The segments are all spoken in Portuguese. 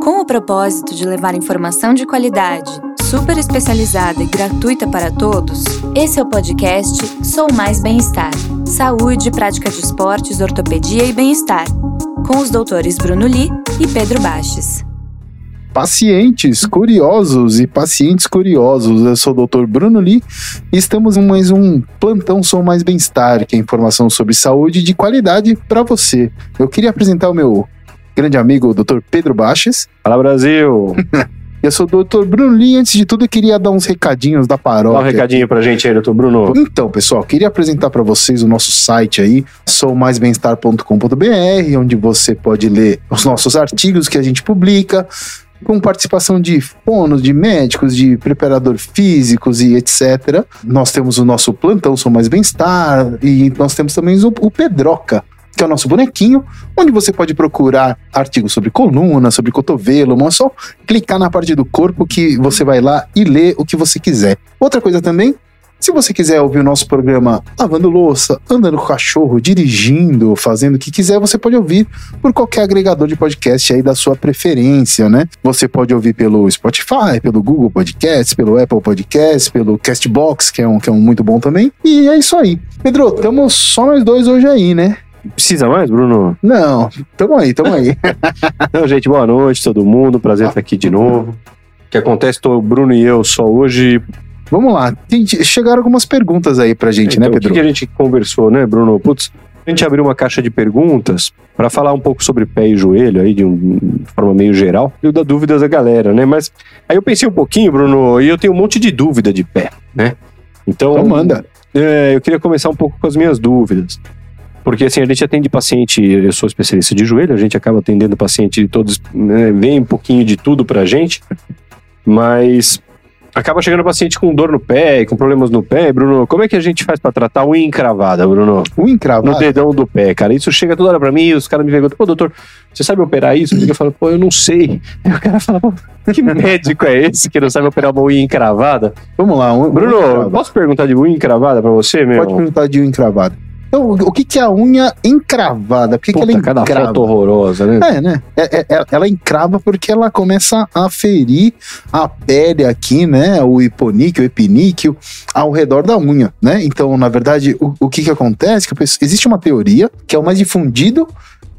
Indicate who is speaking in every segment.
Speaker 1: Com o propósito de levar informação de qualidade, super especializada e gratuita para todos, esse é o podcast Sou Mais Bem-Estar. Saúde, prática de esportes, ortopedia e bem-estar. Com os doutores Bruno Li e Pedro Baches.
Speaker 2: Pacientes curiosos e pacientes curiosos, eu sou o Dr. Bruno Li e estamos em mais um Plantão Sou Mais Bem-Estar, que é informação sobre saúde de qualidade para você. Eu queria apresentar o meu grande amigo, o Dr. Pedro Baches.
Speaker 3: Fala Brasil!
Speaker 2: Eu sou o Dr. Bruno Li. Antes de tudo, eu queria dar uns recadinhos da
Speaker 3: Dá
Speaker 2: paróquia.
Speaker 3: um recadinho pra gente aí, doutor Bruno.
Speaker 2: Então, pessoal, queria apresentar para vocês o nosso site aí, soumaisbemestar.com.br, onde você pode ler os nossos artigos que a gente publica, com participação de fonos, de médicos, de preparador físicos e etc. Nós temos o nosso plantão Sou Mais Bem-Estar e nós temos também o, o Pedroca. Que é o nosso bonequinho, onde você pode procurar artigos sobre coluna, sobre cotovelo, mas é só clicar na parte do corpo que você vai lá e lê o que você quiser. Outra coisa também se você quiser ouvir o nosso programa lavando louça, andando com o cachorro, dirigindo, fazendo o que quiser, você pode ouvir por qualquer agregador de podcast aí da sua preferência, né? Você pode ouvir pelo Spotify, pelo Google Podcasts, pelo Apple Podcasts, pelo Castbox, que é um que é um muito bom também. E é isso aí. Pedro, estamos só nós dois hoje aí, né?
Speaker 3: Precisa mais, Bruno?
Speaker 2: Não, tamo aí, tamo aí.
Speaker 3: Então, gente, boa noite todo mundo. Prazer estar aqui de novo. O que acontece, tô o Bruno e eu só hoje.
Speaker 2: Vamos lá. Tem- chegaram algumas perguntas aí pra gente, né,
Speaker 3: Então, o que
Speaker 2: Pedro?
Speaker 3: que a gente conversou, né, Bruno? Putz, a gente abriu uma caixa de perguntas para falar um pouco sobre pé e joelho aí, de, um, de forma meio geral, e o da dúvidas da galera, né? Mas aí eu pensei um pouquinho, Bruno, e eu tenho um monte de dúvida de pé, né? Então,
Speaker 2: Então manda.
Speaker 3: É, eu queria começar um pouco com as minhas dúvidas. Porque assim, a gente atende paciente, eu sou especialista de joelho, a gente acaba atendendo paciente de todos, né, vem um pouquinho de tudo pra gente, mas acaba chegando paciente com dor no pé, com problemas no pé. Bruno, como é que a gente faz pra tratar unha encravada, Bruno?
Speaker 2: O Um encravado.
Speaker 3: No dedão do pé, cara. Isso chega toda hora pra mim, os caras me perguntam, pô, doutor, você sabe operar isso? Eu falo, pô, eu não sei. Aí o cara fala, pô, que médico é esse que não sabe operar uma unha encravada?
Speaker 2: Vamos lá. um- um
Speaker 3: Bruno,
Speaker 2: encravado.
Speaker 3: posso perguntar de unha encravada pra você, meu?
Speaker 2: Pode perguntar de unha encravada. Então, o o que, que é a unha encravada? Por que, que
Speaker 3: Puta,
Speaker 2: ela
Speaker 3: cada foto
Speaker 2: encrava?
Speaker 3: horrorosa, né?
Speaker 2: É, né? É- é- é- ela encrava porque ela começa a ferir a pele aqui, né? O hiponíqueo, o epiníqueo, ao redor da unha, né? Então, na verdade, o, o que, que acontece? Que eu penso- existe uma teoria que é o mais difundido.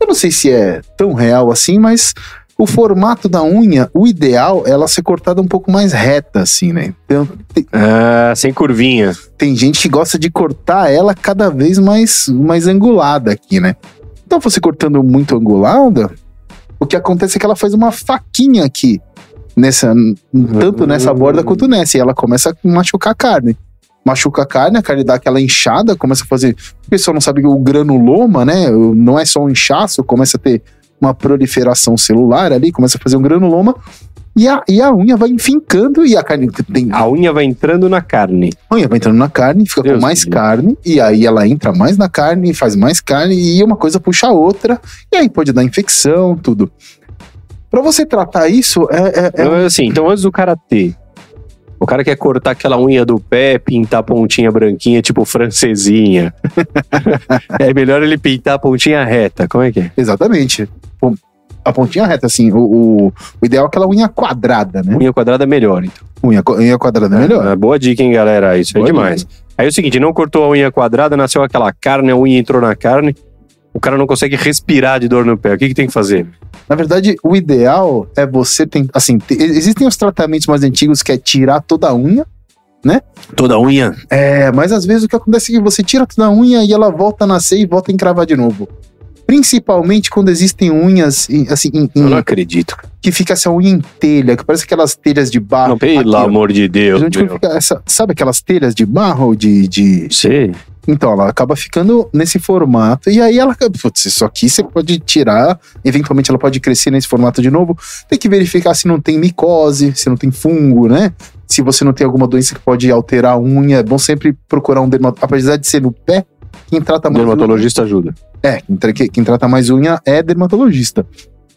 Speaker 2: Eu não sei se é tão real assim, mas o formato da unha, o ideal é ela ser cortada um pouco mais reta, assim, né? Então,
Speaker 3: Ah, sem curvinha.
Speaker 2: tem gente que gosta de cortar ela cada vez mais, mais angulada aqui, né? Então, você cortando muito angulada, o que acontece é que ela faz uma faquinha aqui, nessa, um tanto nessa borda quanto nessa, e ela começa a machucar a carne. Machuca a carne, a carne dá aquela inchada, começa a fazer. O pessoal não sabe que o granuloma, né? o- Não é só um inchaço, começa a ter uma proliferação celular ali, começa a fazer um granuloma. E a, e a unha vai enfincando e a carne tem
Speaker 3: A unha vai entrando na carne.
Speaker 2: a unha vai entrando na carne, fica
Speaker 3: Deus
Speaker 2: com mais
Speaker 3: me livre.
Speaker 2: carne, e aí ela entra mais na carne, faz mais carne, e uma coisa puxa a outra, e aí pode dar infecção, tudo. Pra você tratar isso, é, é- é-
Speaker 3: Então, é assim, então antes do cara ter. O cara quer cortar aquela unha do pé, pintar a pontinha branquinha, tipo francesinha. é melhor ele pintar a pontinha reta. Como é que é?
Speaker 2: exatamente Pom- a pontinha reta, assim, o, o- o ideal é aquela unha quadrada, né?
Speaker 3: Unha quadrada é melhor, então.
Speaker 2: Unha, co- unha quadrada é melhor.
Speaker 3: Ah, boa dica, hein, galera? Isso
Speaker 2: Boa
Speaker 3: é demais. Aí é o seguinte, não cortou a unha quadrada, nasceu aquela carne, a unha entrou na carne. O cara não consegue respirar de dor no pé. O que, que tem que fazer?
Speaker 2: Na verdade, o ideal é você tentar, assim, te- existem os tratamentos mais antigos que é tirar toda a unha,
Speaker 3: Toda a unha?
Speaker 2: É, mas às vezes o que acontece é que você tira toda a unha e ela volta a nascer e volta a encravar de novo. Principalmente quando existem unhas, em- assim, em- em-
Speaker 3: Eu não acredito.
Speaker 2: que fica essa unha em telha, que parece aquelas telhas de barro.
Speaker 3: Não, pelo
Speaker 2: Ah, Aqui, ó.
Speaker 3: amor de Deus.
Speaker 2: Onde
Speaker 3: meu.
Speaker 2: fica essa- sabe aquelas telhas de barro de, de-
Speaker 3: Sei.
Speaker 2: Então, ela acaba ficando nesse formato. E aí ela. Putz, isso aqui você pode tirar. Eventualmente ela pode crescer nesse formato de novo. Tem que verificar se não tem micose, se não tem fungo, né? Se você não tem alguma doença que pode alterar a unha. É bom sempre procurar um dermatologista. Apesar de ser no pé, quem trata
Speaker 3: O
Speaker 2: mais.
Speaker 3: dermatologista ajuda.
Speaker 2: É, quem, tra- que- quem trata mais unha é dermatologista.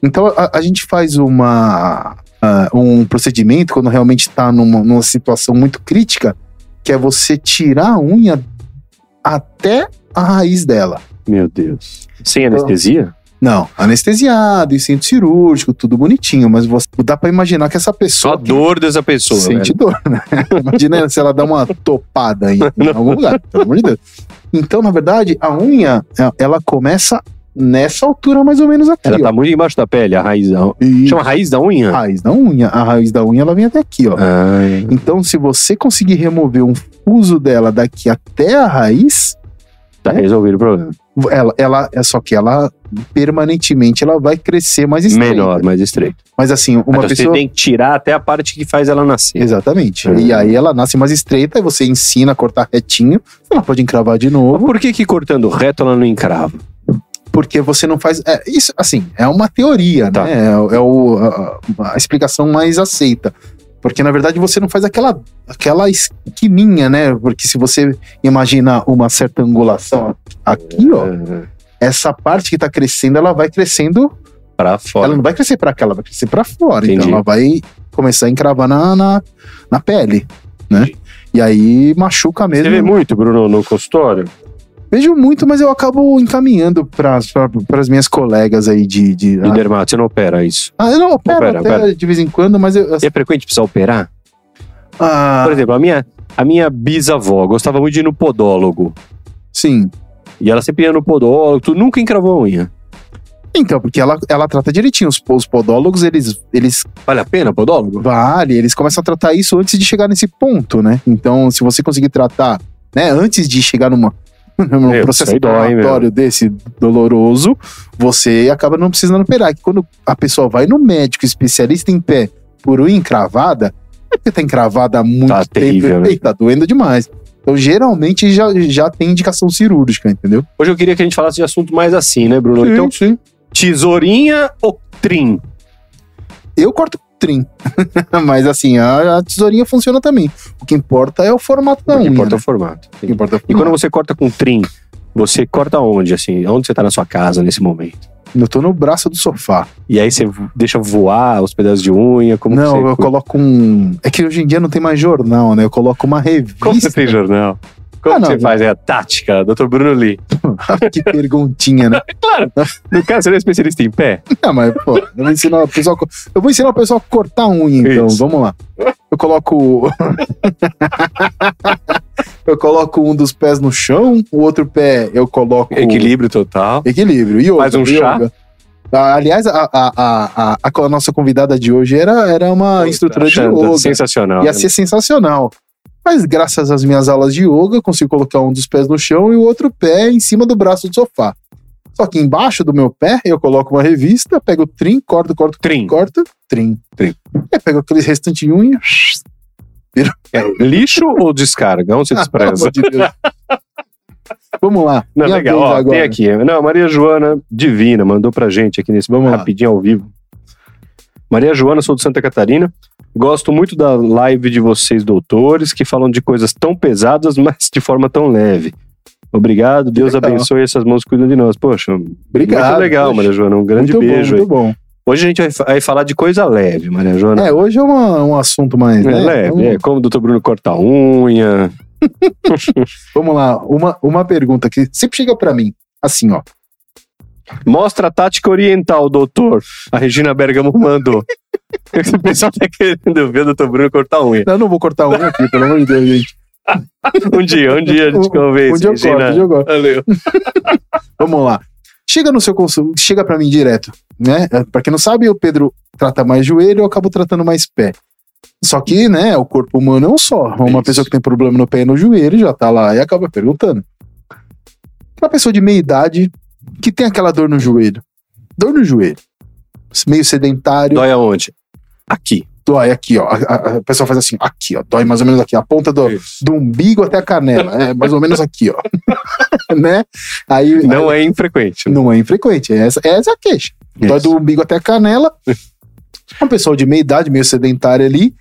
Speaker 2: Então a, a gente faz uma ah, um procedimento quando realmente está numa, numa situação muito crítica, que é você tirar a unha até a raiz dela.
Speaker 3: Meu Deus. Sem
Speaker 2: Então-
Speaker 3: anestesia?
Speaker 2: Não, anestesiado, em centro cirúrgico, tudo bonitinho, mas você, dá pra imaginar que essa
Speaker 3: Só
Speaker 2: pessoa
Speaker 3: a dor dessa pessoa.
Speaker 2: sente dor, né? Imagina se ela dá uma topada em, em algum lugar, pelo amor de Deus. Então, na verdade, a unha, ela começa nessa altura mais ou menos aqui.
Speaker 3: Ela
Speaker 2: ó.
Speaker 3: tá muito embaixo da pele, a raiz. da-
Speaker 2: E
Speaker 3: Chama raiz da unha? Ah,
Speaker 2: raiz da unha, a raiz da unha ela vem até aqui,
Speaker 3: É.
Speaker 2: ó.
Speaker 3: Ai.
Speaker 2: Então, se você conseguir remover um fuso dela daqui até a raiz,
Speaker 3: Tá resolvido o problema.
Speaker 2: ela, ela é só que ela permanentemente ela vai crescer mais estreita.
Speaker 3: Menor, mais estreito.
Speaker 2: Mas assim, uma
Speaker 3: então
Speaker 2: pessoa
Speaker 3: você tem que tirar até a parte que faz ela nascer.
Speaker 2: Exatamente.
Speaker 3: Uhum.
Speaker 2: E aí ela nasce mais estreita, aí você ensina a cortar retinho, ela pode encravar de novo,
Speaker 3: Por que que cortando reto ela não encrava?
Speaker 2: porque você não faz. é, isso, assim, é uma teoria,
Speaker 3: Tá.
Speaker 2: né? É, o- é o, a, a- a explicação mais aceita. Porque, na verdade, você não faz aquela, aquela esquininha, né? Porque se você imagina uma certa angulação aqui, ó,
Speaker 3: É,
Speaker 2: essa parte que tá crescendo, ela vai crescendo
Speaker 3: Pra
Speaker 2: Ela
Speaker 3: fora.
Speaker 2: não vai crescer pra cá, ela vai crescer pra fora.
Speaker 3: Entendi.
Speaker 2: Então ela vai começar a encravar na, na, na pele, né? E aí machuca mesmo.
Speaker 3: Você vê muito, Bruno, no consultório?
Speaker 2: Vejo muito, mas eu acabo encaminhando pras as minhas colegas aí de. de
Speaker 3: De dermato, você não opera isso.
Speaker 2: ah, eu não opero
Speaker 3: Opera,
Speaker 2: até
Speaker 3: opera.
Speaker 2: de vez em quando, mas eu.
Speaker 3: E é frequente precisar operar?
Speaker 2: ah,
Speaker 3: Por exemplo, a minha, a minha bisavó gostava muito de ir no podólogo.
Speaker 2: sim.
Speaker 3: E ela sempre ia no podólogo, tu nunca encravou a unha.
Speaker 2: Então, porque ela, ela trata direitinho. Os, os podólogos, eles, eles
Speaker 3: Vale a pena, podólogo?
Speaker 2: Vale, eles começam a tratar isso antes de chegar nesse ponto, né? Então, se você conseguir tratar, né, antes de chegar numa num
Speaker 3: Meu, isso
Speaker 2: processo
Speaker 3: aí dói, hein,
Speaker 2: inflamatório desse doloroso, você acaba não precisando operar. Que quando a pessoa vai no médico especialista em pé por uma encravada, é porque tá encravada há muito
Speaker 3: Tá
Speaker 2: tempo
Speaker 3: terrível, né?
Speaker 2: e tá doendo demais. Então, geralmente já, já tem indicação cirúrgica, entendeu?
Speaker 3: Hoje eu queria que a gente falasse de assunto mais assim, né, Bruno? Então,
Speaker 2: sim.
Speaker 3: tesourinha ou trim?
Speaker 2: Eu corto trim. Mas assim, a, a tesourinha funciona também. O que importa é o formato da
Speaker 3: Não,
Speaker 2: unha.
Speaker 3: importa
Speaker 2: né?
Speaker 3: o formato.
Speaker 2: O que importa é o
Speaker 3: E quando você corta com trim, você corta onde, assim? Onde você tá na sua casa nesse momento?
Speaker 2: Eu tô no braço do sofá.
Speaker 3: E aí você deixa voar os pedaços de unha? Como que
Speaker 2: não,
Speaker 3: você
Speaker 2: eu coloco um. É que hoje em dia não tem mais jornal, né? Eu coloco uma revista.
Speaker 3: Como você tem jornal? Como
Speaker 2: Ah,
Speaker 3: que
Speaker 2: não,
Speaker 3: você
Speaker 2: não.
Speaker 3: faz? É a tática, Dr. Bruno Lee. assim?
Speaker 2: que perguntinha, né?
Speaker 3: No caso, você não é especialista em pé?
Speaker 2: Não, mas, pô, eu vou ensinar o pessoal. co- Eu vou ensinar o pessoal a cortar unha, então.
Speaker 3: Isso.
Speaker 2: Vamos lá. Eu coloco. eu coloco um dos pés no chão, o outro pé eu
Speaker 3: É
Speaker 2: coloco.
Speaker 3: Equilíbrio total.
Speaker 2: Equilíbrio. Yoga,
Speaker 3: Faz um chá?
Speaker 2: yoga. Ah, Aliás, a, a, a, a, a nossa convidada de hoje era, era uma instrutora Ah, de
Speaker 3: Achando
Speaker 2: yoga.
Speaker 3: Sensacional. né?
Speaker 2: Ia ser sensacional. Mas graças às minhas aulas de yoga, eu consigo colocar um dos pés no chão e o outro pé em cima do braço do sofá. Só que embaixo do meu pé, eu coloco uma revista, pego o trim, corto, corto,
Speaker 3: Trim.
Speaker 2: corto, trim.
Speaker 3: Trim.
Speaker 2: Aí pego aquele restante de unha.
Speaker 3: É, lixo ou descarga? Onde você
Speaker 2: Ah, pelo
Speaker 3: despreza?
Speaker 2: amor de Deus. Vamos lá.
Speaker 3: Não,
Speaker 2: minha
Speaker 3: legal.
Speaker 2: vez
Speaker 3: Ó,
Speaker 2: agora.
Speaker 3: tem aqui. Não, Maria Joana Divina mandou pra gente aqui nesse
Speaker 2: Vamos lá.
Speaker 3: rapidinho ao vivo. Maria Joana, sou de Santa Catarina. Gosto muito da live de vocês, doutores, que falam de coisas tão pesadas, mas de forma tão leve. Obrigado, Deus
Speaker 2: Legal.
Speaker 3: abençoe essas mãos que cuidam de nós. Poxa,
Speaker 2: Obrigado,
Speaker 3: muito legal,
Speaker 2: poxa.
Speaker 3: Maria Joana. Um grande
Speaker 2: muito
Speaker 3: beijo.
Speaker 2: bom,
Speaker 3: aí.
Speaker 2: muito bom.
Speaker 3: Hoje a gente vai, fa- vai falar de coisa leve, Maria Joana.
Speaker 2: É, hoje é uma- um assunto mais.
Speaker 3: É,
Speaker 2: né?
Speaker 3: leve,
Speaker 2: Vamos-
Speaker 3: é, como o doutor Bruno corta a unha.
Speaker 2: Vamos lá. Uma, uma pergunta que sempre chega pra mim. Assim, ó.
Speaker 3: Mostra a tática oriental, doutor. A Regina Bergamo mandou. Esse pessoal tá querendo ver o doutor Bruno tá cortar a unha.
Speaker 2: Eu não vou cortar unha aqui, pelo amor de Deus, gente.
Speaker 3: Um dia, um dia a gente
Speaker 2: Um-
Speaker 3: convence,
Speaker 2: Onde eu corto,
Speaker 3: Regina.
Speaker 2: onde eu corto.
Speaker 3: Valeu.
Speaker 2: Vamos lá. Chega no seu consultório, chega pra mim direto, né? Pra quem não sabe, o Pedro trata mais joelho, eu acabo tratando mais pé. Só que, né, o corpo humano é um só. Uma
Speaker 3: Isso.
Speaker 2: pessoa que tem problema no pé e no joelho já tá lá e acaba perguntando. Uma pessoa de meia idade que tem aquela dor no joelho. Dor no joelho. Meio sedentário.
Speaker 3: Dói aonde? Aqui.
Speaker 2: Dói aqui, ó. A, a- a pessoa faz assim, aqui, ó. Dói mais ou menos aqui. A ponta do, do umbigo até a canela. É mais ou menos aqui, ó. né? Aí,
Speaker 3: Não é infrequente. né?
Speaker 2: não é infrequente, é essa, essa é a queixa. Dói
Speaker 3: Isso.
Speaker 2: do umbigo até a canela. Um pessoal de meia idade, meio sedentário ali.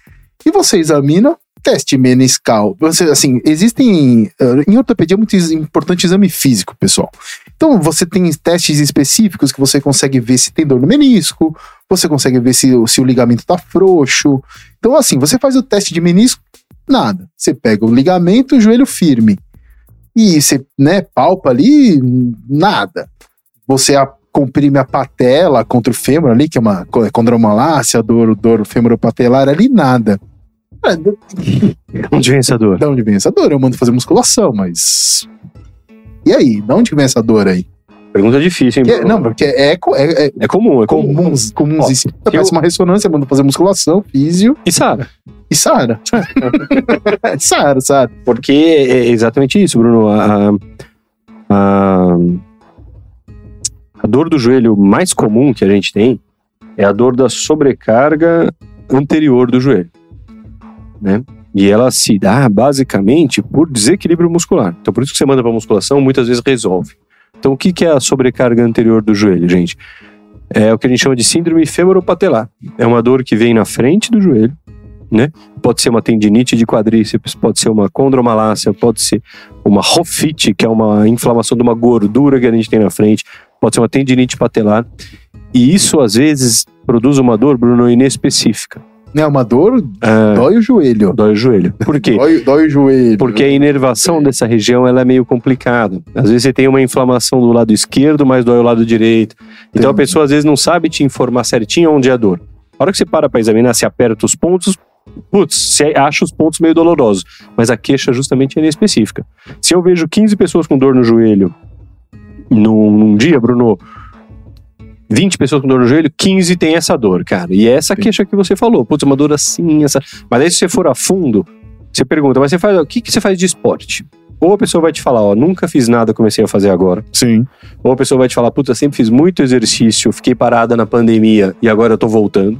Speaker 2: E você examina teste meniscal. Você, assim, existem. eh, Em ortopedia é muito is- importante exame físico, pessoal. Então, você tem testes específicos que você consegue ver se tem dor no menisco, você consegue ver se, o- se o ligamento tá frouxo. Então, assim, você faz o teste de menisco, nada. Você pega o ligamento, o joelho firme. E você, né, palpa ali, nada. Você a- comprime a patela contra o fêmur ali, que é uma condromalácia, dor, dor fêmuro-patelar ali, nada. É,
Speaker 3: Onde vem essa dor?
Speaker 2: da onde vem essa dor? Eu mando fazer musculação, mas. E aí? Da onde vem essa dor aí?
Speaker 3: Pergunta difícil, hein?
Speaker 2: Que é-
Speaker 3: Bruno?
Speaker 2: não, porque é, co- é, é
Speaker 3: É comum, é comum.
Speaker 2: comuns, comuns.
Speaker 3: eu-
Speaker 2: Eu peço uma ressonância, mando fazer musculação, físio
Speaker 3: E Sara?
Speaker 2: e Sara. Sara, Sara.
Speaker 3: Porque é exatamente isso, Bruno. A, a- a- a dor do joelho mais comum que a gente tem é a dor da sobrecarga anterior do joelho. Né? E ela se dá basicamente por desequilíbrio muscular. Então, por isso que você manda para musculação, muitas vezes resolve. Então, o que, que é a sobrecarga anterior do joelho, gente? É o que a gente chama de síndrome fêmoro-patelar. É uma dor que vem na frente do joelho pode ser uma tendinite de quadríceps, pode ser uma condromalácia, pode ser uma rofite, que é uma inflamação de uma gordura que a gente tem na frente, pode ser uma tendinite patelar. E isso às vezes produz uma dor, Bruno, inespecífica.
Speaker 2: É uma dor,
Speaker 3: É.
Speaker 2: dói o joelho.
Speaker 3: Dói o joelho. Por quê?
Speaker 2: Dói, dói o joelho.
Speaker 3: Porque a inervação dessa região ela é meio complicada. Às vezes você tem uma inflamação do lado esquerdo, mas dói o lado direito. Então a
Speaker 2: Entendi.
Speaker 3: pessoa às vezes não sabe te informar certinho onde é a dor. A hora que você para para examinar, se aperta os pontos, putz, você acha os pontos meio dolorosos. Mas a queixa justamente é específica. Se eu vejo 15 pessoas com dor no joelho num, num dia, Bruno, 20 pessoas com dor no joelho, 15 tem essa dor, cara. E é essa
Speaker 2: Sim.
Speaker 3: queixa que você falou. Putz, uma dor assim, essa. Mas aí se você for a fundo, você pergunta, mas você faz o que, que você faz de esporte? Ou a pessoa vai te falar, ó, nunca fiz nada, comecei a fazer agora.
Speaker 2: Sim.
Speaker 3: Ou a pessoa vai te falar, puta, sempre fiz muito exercício, fiquei parada na pandemia e agora eu tô voltando.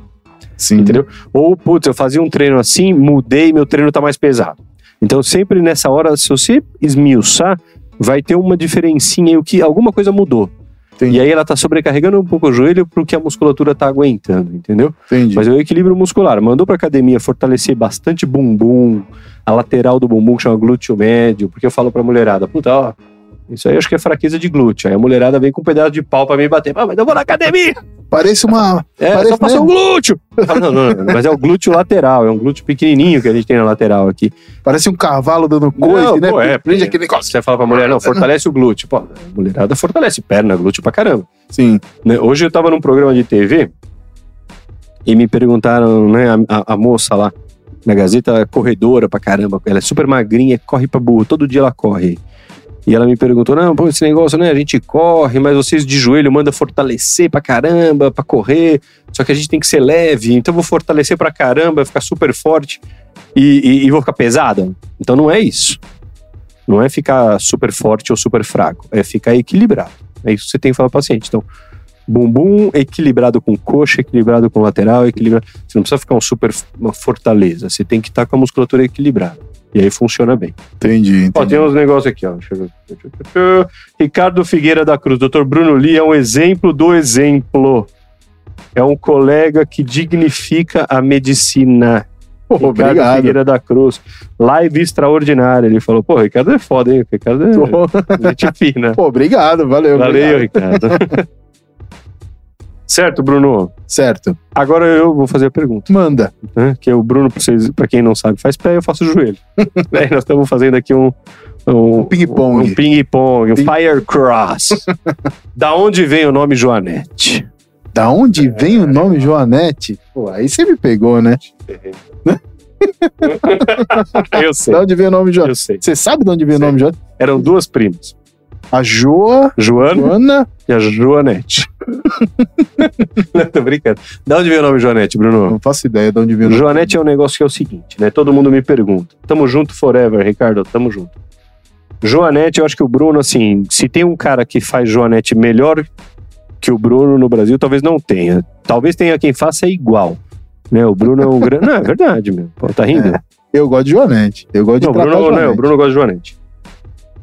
Speaker 2: Sim.
Speaker 3: Entendeu? Ou, putz, eu fazia um treino assim, mudei, meu treino tá mais pesado. Então, sempre nessa hora, se você esmiuçar, vai ter uma diferencinha aí, o que alguma coisa mudou.
Speaker 2: Entendi.
Speaker 3: E aí ela tá sobrecarregando um pouco o joelho pro que a musculatura tá aguentando, entendeu?
Speaker 2: Entendi.
Speaker 3: Mas é o equilíbrio muscular. Mandou pra academia fortalecer bastante bumbum, a lateral do bumbum que chama glúteo médio, porque eu falo pra mulherada, puta, ó, isso aí eu acho que é fraqueza de glúteo. Aí a mulherada vem com um pedaço de pau pra me bater. Ah, mas eu vou na academia!
Speaker 2: Parece uma.
Speaker 3: É,
Speaker 2: Parece
Speaker 3: só passou o glúteo. Eu falo, não, não, não, mas é o glúteo lateral, é um glúteo pequenininho que a gente tem na lateral aqui.
Speaker 2: Parece um cavalo dando coisa, né?
Speaker 3: pô, é,
Speaker 2: Prende aquele negócio.
Speaker 3: Você fala pra mulher, não, fortalece o glúteo. Pô, a mulherada fortalece perna, glúteo pra caramba.
Speaker 2: Sim.
Speaker 3: Né, Hoje eu tava num programa de TV e me perguntaram, né, a- a, a moça lá na Gazeta, ela é corredora pra caramba, ela é super magrinha, corre pra burro, todo dia ela corre. E ela me perguntou, não, pô, esse negócio, né, a gente corre, mas vocês de joelho manda fortalecer pra caramba, pra correr, só que a gente tem que ser leve, então eu vou fortalecer pra caramba, ficar super forte e, e- e vou ficar pesada. Então não é isso. Não é ficar super forte ou super fraco, é ficar equilibrado. É isso que você tem que falar pro paciente. Então, bumbum equilibrado com coxa, equilibrado com lateral, equilibrado. Você não precisa ficar um super uma fortaleza. Você tem que estar com a musculatura equilibrada. E aí funciona bem.
Speaker 2: Entendi.
Speaker 3: Ó,
Speaker 2: entendi.
Speaker 3: tem uns negócios aqui, ó. Deixa eu ver. Ricardo Figueira da Cruz. Dr. Bruno Lee é um exemplo do exemplo. É um colega que dignifica a medicina.
Speaker 2: Pô,
Speaker 3: Ricardo
Speaker 2: obrigado.
Speaker 3: Figueira da Cruz. Live extraordinária. Ele falou, pô, Ricardo é foda, hein? Ricardo é gente fina.
Speaker 2: Pô, obrigado. Valeu.
Speaker 3: Valeu,
Speaker 2: obrigado.
Speaker 3: Ricardo. certo, Bruno.
Speaker 2: Certo.
Speaker 3: Agora eu vou fazer a pergunta,
Speaker 2: Manda.
Speaker 3: né? Que o Bruno, pra, vocês, pra quem não sabe, faz pé, eu faço joelho. Né? Nós estamos fazendo aqui um. Um
Speaker 2: ping-pong.
Speaker 3: Um ping-pong, um
Speaker 2: Ping-
Speaker 3: fire cross. da onde vem o nome Joanete?
Speaker 2: Da onde vem
Speaker 3: É.
Speaker 2: o nome Joanete? Pô, aí você me pegou, né?
Speaker 3: eu sei,
Speaker 2: Da onde vem o nome Joanete?
Speaker 3: eu sei.
Speaker 2: Você sabe de onde vem o
Speaker 3: Sei.
Speaker 2: nome Joanete?
Speaker 3: Eram duas primas,
Speaker 2: A Joa,
Speaker 3: Joana
Speaker 2: Joana.
Speaker 3: e a Joanete. não, tô brincando. Da onde vem o nome Joanete, Bruno?
Speaker 2: Não faço ideia de onde vem o nome.
Speaker 3: Joanete é um negócio que é o seguinte, né? Todo mundo me pergunta. Tamo junto forever, Ricardo, tamo junto. Joanete, eu acho que o Bruno, assim, se tem um cara que faz Joanete melhor que o Bruno no Brasil, talvez não tenha. Talvez tenha quem faça é igual. Né? O Bruno é um grande. Não, é verdade, meu. Pô, tá rindo?
Speaker 2: Eu gosto de Joanete. Eu gosto de
Speaker 3: Não, o
Speaker 2: tratar
Speaker 3: Bruno,
Speaker 2: Joanete.
Speaker 3: né, o Bruno gosta de Joanete.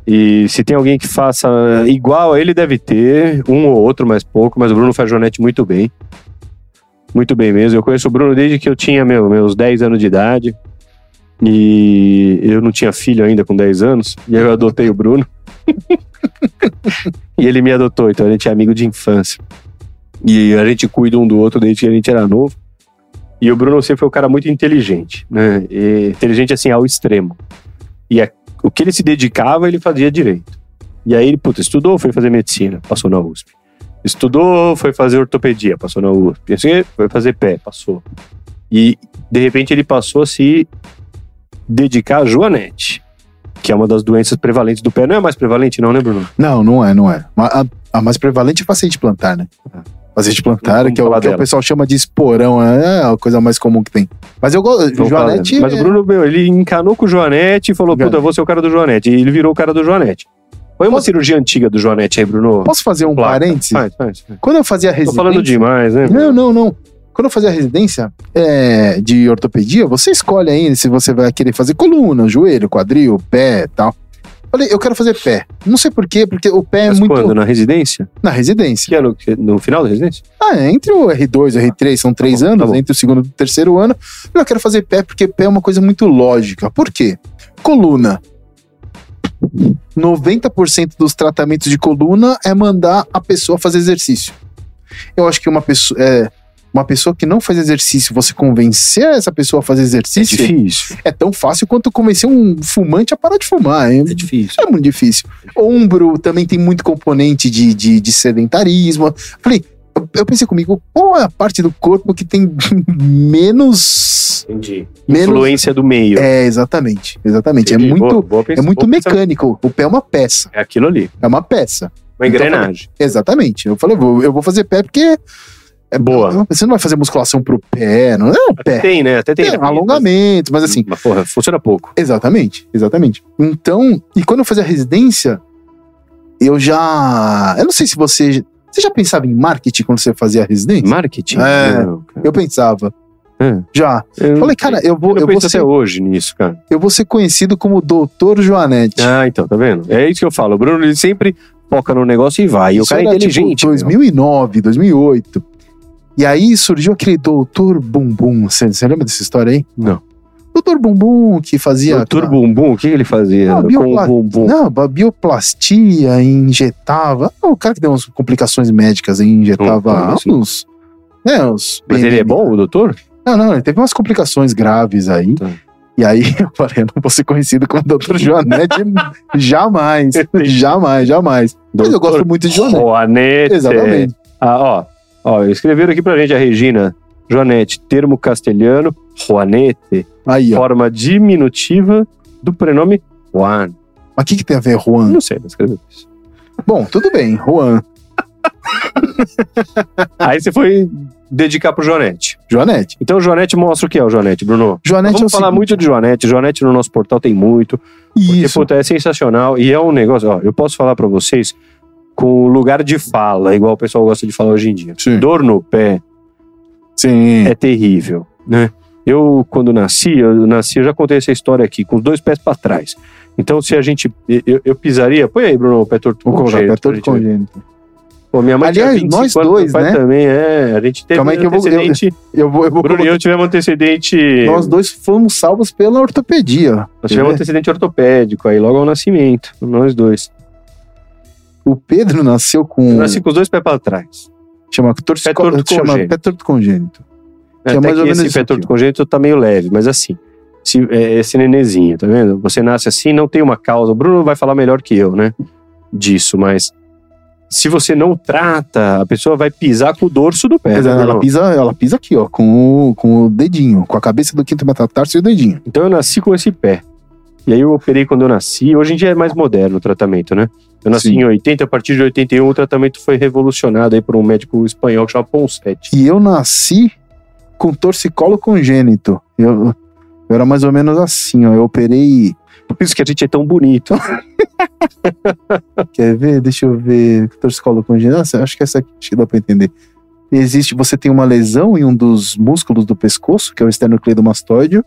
Speaker 3: E se tem alguém que faça igual, ele deve ter, um ou outro, mais pouco, mas o Bruno faz Joanete muito bem. Muito bem mesmo. Eu conheço o Bruno desde que eu tinha meu, meus 10 anos de idade. E eu não tinha filho ainda com 10 anos. E aí eu adotei o Bruno. e ele me adotou, então a gente é amigo de infância. E a gente cuida um do outro desde que a gente era novo. E o Bruno sempre foi um cara muito inteligente, né? E inteligente assim ao extremo. E a- o que ele se dedicava, ele fazia direito. E aí ele, puta, estudou, foi fazer medicina, passou na USP. Estudou, foi fazer ortopedia, passou na USP. Assim, Foi fazer pé, passou. E, de repente, ele passou a se dedicar à joanete, que é uma das doenças prevalentes do pé. Não é mais prevalente, não, né, Bruno?
Speaker 2: Não, não é, não é. Ma- A, a mais prevalente é paciente plantar, né? Paciente plantar,
Speaker 3: Vamos
Speaker 2: que é o
Speaker 3: falar
Speaker 2: que o
Speaker 3: dela.
Speaker 2: pessoal chama de esporão, né? é a coisa mais comum que tem. Mas eu gosto.
Speaker 3: Vamos falar
Speaker 2: Joanete. é-
Speaker 3: dela. Mas o Bruno, meu, ele encanou com o Joanete e falou:
Speaker 2: Joanete.
Speaker 3: puta, vou ser o cara do Joanete. E ele virou o cara do Joanete. Foi uma
Speaker 2: Posso-
Speaker 3: cirurgia antiga do Joanete aí, Bruno?
Speaker 2: Posso fazer um
Speaker 3: Placa.
Speaker 2: parênteses?
Speaker 3: Faz, faz, faz.
Speaker 2: Quando eu fazia
Speaker 3: Tô
Speaker 2: residência.
Speaker 3: falando demais, né?
Speaker 2: Não, não, não. Quando eu fazia residência é, de ortopedia, você escolhe ainda se você vai querer fazer coluna, joelho, quadril, pé e tal. Falei, eu quero fazer pé. Não sei por quê, porque o pé é
Speaker 3: Mas
Speaker 2: muito.
Speaker 3: quando? Na residência?
Speaker 2: Na residência.
Speaker 3: Que ano? que- é No final da residência?
Speaker 2: Ah, é, entre o R2 e o R3, são três
Speaker 3: bom, tá
Speaker 2: anos,
Speaker 3: bom.
Speaker 2: entre o segundo e o terceiro ano. Eu quero fazer pé porque pé é uma coisa muito lógica. Por quê? Coluna. 90% dos tratamentos de coluna é mandar a pessoa fazer exercício. Eu acho que uma pessoa, é, uma pessoa que não faz exercício, você convencer essa pessoa a fazer exercício é,
Speaker 3: difícil.
Speaker 2: tão fácil quanto convencer um fumante a parar de fumar. hein?
Speaker 3: É difícil.
Speaker 2: É muito difícil. Ombro também tem muito componente de, de, de sedentarismo. Falei, eu- eu pensei comigo, qual é a parte do corpo que tem menos.
Speaker 3: Entendi.
Speaker 2: menos...
Speaker 3: Influência do meio.
Speaker 2: É, exatamente. Exatamente. É
Speaker 3: Entendi.
Speaker 2: muito,
Speaker 3: Boa- boa
Speaker 2: é
Speaker 3: pens-
Speaker 2: muito
Speaker 3: boa pensa-
Speaker 2: mecânico. O pé é uma peça.
Speaker 3: É aquilo ali.
Speaker 2: É uma peça.
Speaker 3: Uma
Speaker 2: Então,
Speaker 3: engrenagem.
Speaker 2: Exatamente. Eu falei, vou- eu vou fazer pé porque. É
Speaker 3: Boa.
Speaker 2: Você não vai fazer musculação pro pé, não é o pé.
Speaker 3: Tem, né? Até tem.
Speaker 2: Tem alongamento, mas assim,
Speaker 3: Mas, porra, funciona pouco.
Speaker 2: Exatamente, exatamente. Então, e quando eu fazia residência, eu já. Eu não sei se você. Você já pensava em marketing quando você fazia a residência?
Speaker 3: Marketing?
Speaker 2: É.
Speaker 3: Não, cara.
Speaker 2: Eu pensava.
Speaker 3: É.
Speaker 2: Já.
Speaker 3: Eu não
Speaker 2: Falei, cara, eu vou,
Speaker 3: Eu,
Speaker 2: eu, vou
Speaker 3: penso
Speaker 2: ser,
Speaker 3: até hoje nisso, cara.
Speaker 2: eu vou ser conhecido como Doutor Joanete.
Speaker 3: Ah, então, tá vendo? É isso que eu falo. O Bruno ele sempre foca no negócio e vai. E o
Speaker 2: Isso
Speaker 3: cara é
Speaker 2: era,
Speaker 3: inteligente.
Speaker 2: Tipo, 2009, 2008. E aí surgiu aquele Doutor Bumbum. Você, você lembra dessa história aí?
Speaker 3: Não.
Speaker 2: Doutor Bumbum que fazia.
Speaker 3: meu. Doutor Bumbum, o que que ele fazia
Speaker 2: Ah,
Speaker 3: com o
Speaker 2: biopla-
Speaker 3: bumbum?
Speaker 2: Não, ba- bioplastia, injetava. Ah, O cara que deu umas complicações médicas e injetava
Speaker 3: Hum, como assim?
Speaker 2: uns. Né, uns
Speaker 3: Mas ele é bom, o doutor?
Speaker 2: Não, não, ele teve umas complicações graves aí.
Speaker 3: Tá.
Speaker 2: E aí eu falei, eu não vou ser conhecido como Dr. Joanete jamais. jamais, jamais. Mas eu gosto muito de Joanete.
Speaker 3: Joanete.
Speaker 2: Exatamente.
Speaker 3: Ah, ó, ó, escreveram aqui pra gente a Regina. Joanete, termo castelhano, Juanete,
Speaker 2: Aí, ó.
Speaker 3: forma diminutiva do prenome Juan.
Speaker 2: Mas o que, que tem a ver, Juan?
Speaker 3: Não sei, mas escreveu isso.
Speaker 2: Bom, tudo bem, Juan. Ah.
Speaker 3: Aí você foi dedicar pro Joanete.
Speaker 2: Joanete.
Speaker 3: Então, Joanete mostra o que é o Joanete, Bruno. Nós
Speaker 2: Joanete
Speaker 3: vamos
Speaker 2: é o
Speaker 3: falar muito de Joanete. Joanete no nosso portal tem muito.
Speaker 2: seguinte.
Speaker 3: Porque,
Speaker 2: Isso.
Speaker 3: puta, é sensacional. E é um negócio, ó, eu posso falar pra vocês com lugar de fala, igual o pessoal gosta de falar hoje em dia.
Speaker 2: Sim.
Speaker 3: Dor no pé,
Speaker 2: Sim.
Speaker 3: é terrível, né? Eu, quando nasci, eu nasci, eu já contei essa história aqui, com os dois pés para trás. Então, se a gente. Eu, eu pisaria. Põe aí, Bruno, o pé torto.
Speaker 2: Vou colocar
Speaker 3: congênito,
Speaker 2: pé
Speaker 3: pra
Speaker 2: todo
Speaker 3: gente ver.
Speaker 2: congênito.
Speaker 3: Pô, minha mãe
Speaker 2: Aliás,
Speaker 3: tinha
Speaker 2: nós
Speaker 3: 25 anos, meu
Speaker 2: dois,
Speaker 3: pai
Speaker 2: né?
Speaker 3: também, é. A gente teve
Speaker 2: Calma aí que eu vou- eu-
Speaker 3: antecedente.
Speaker 2: Eu vou, eu vou
Speaker 3: Bruno e
Speaker 2: colocar-
Speaker 3: eu tivemos antecedente.
Speaker 2: Nós É. dois fomos salvos pela ortopedia.
Speaker 3: nós tivemos
Speaker 2: Quer ver?
Speaker 3: antecedente ortopédico aí, logo ao nascimento. Nós dois.
Speaker 2: O Pedro nasceu com.
Speaker 3: Eu nasci com os dois pés para trás.
Speaker 2: Chama torto,
Speaker 3: Pé torto congênito.
Speaker 2: Chama pé torto congênito. Que é
Speaker 3: Até
Speaker 2: mais
Speaker 3: que
Speaker 2: ou menos
Speaker 3: esse
Speaker 2: isso
Speaker 3: pé
Speaker 2: aqui,
Speaker 3: torto
Speaker 2: ó.
Speaker 3: congênito tá meio leve, mas assim, se, é, esse nenenzinho, tá vendo? Você nasce assim, não tem uma causa. O Bruno vai falar melhor que eu, né? Disso, mas se você não trata, a pessoa vai pisar com o dorso do pé.
Speaker 2: Quer dizer,
Speaker 3: né,
Speaker 2: ela
Speaker 3: Bruno?
Speaker 2: pisa, ela pisa aqui, ó, com o, com o dedinho, com a cabeça do quinto metatarso e o dedinho.
Speaker 3: Então eu nasci com esse pé. E aí eu operei quando eu nasci. Hoje em dia é mais moderno o tratamento, né? Eu nasci
Speaker 2: Sim.
Speaker 3: em 80, a partir de 81 o tratamento foi revolucionado aí por um médico espanhol que chama Ponsete.
Speaker 2: E eu nasci com torcicolo congênito. Eu, eu era mais ou menos assim, ó. Eu operei.
Speaker 3: Por isso que a gente é tão bonito.
Speaker 2: Quer ver? Deixa eu ver. Torcicolo congênito. Nossa, acho que essa aqui acho que dá pra entender. Existe, você tem uma lesão em um dos músculos do pescoço, que é o esternocleidomastoideo,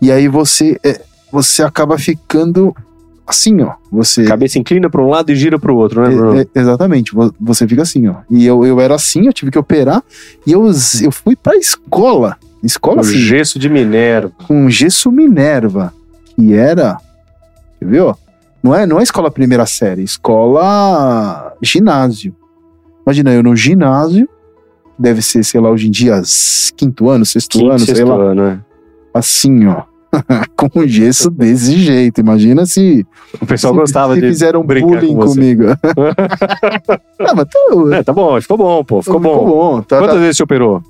Speaker 2: e aí você, é, você acaba ficando assim, ó. Você.
Speaker 3: Cabeça inclina para um lado e gira para o outro, né, Bruno?
Speaker 2: É, é, exatamente, vo- você fica assim, ó. E eu, eu era assim, eu tive que operar, e eu, z- eu fui pra escola. Escola
Speaker 3: O
Speaker 2: assim,
Speaker 3: gesso de Minerva.
Speaker 2: com gesso Minerva, que era. Quer ver, ó? Não é, não é escola primeira série, é escola ginásio. Imagina, eu no ginásio, deve ser, sei lá, hoje em dia, s- quinto ano, sexto
Speaker 3: Quinto,
Speaker 2: ano, sei
Speaker 3: sexto
Speaker 2: lá.
Speaker 3: ano, é.
Speaker 2: Assim, ó. com gesso desse jeito. Imagina se,
Speaker 3: O pessoal
Speaker 2: se,
Speaker 3: gostava
Speaker 2: se
Speaker 3: de.
Speaker 2: fizeram
Speaker 3: brincar
Speaker 2: bullying
Speaker 3: com você.
Speaker 2: comigo. não, mas tu,
Speaker 3: É, tá bom, ficou bom, pô. Ficou bom.
Speaker 2: tá- tá-
Speaker 3: Quantas vezes você operou?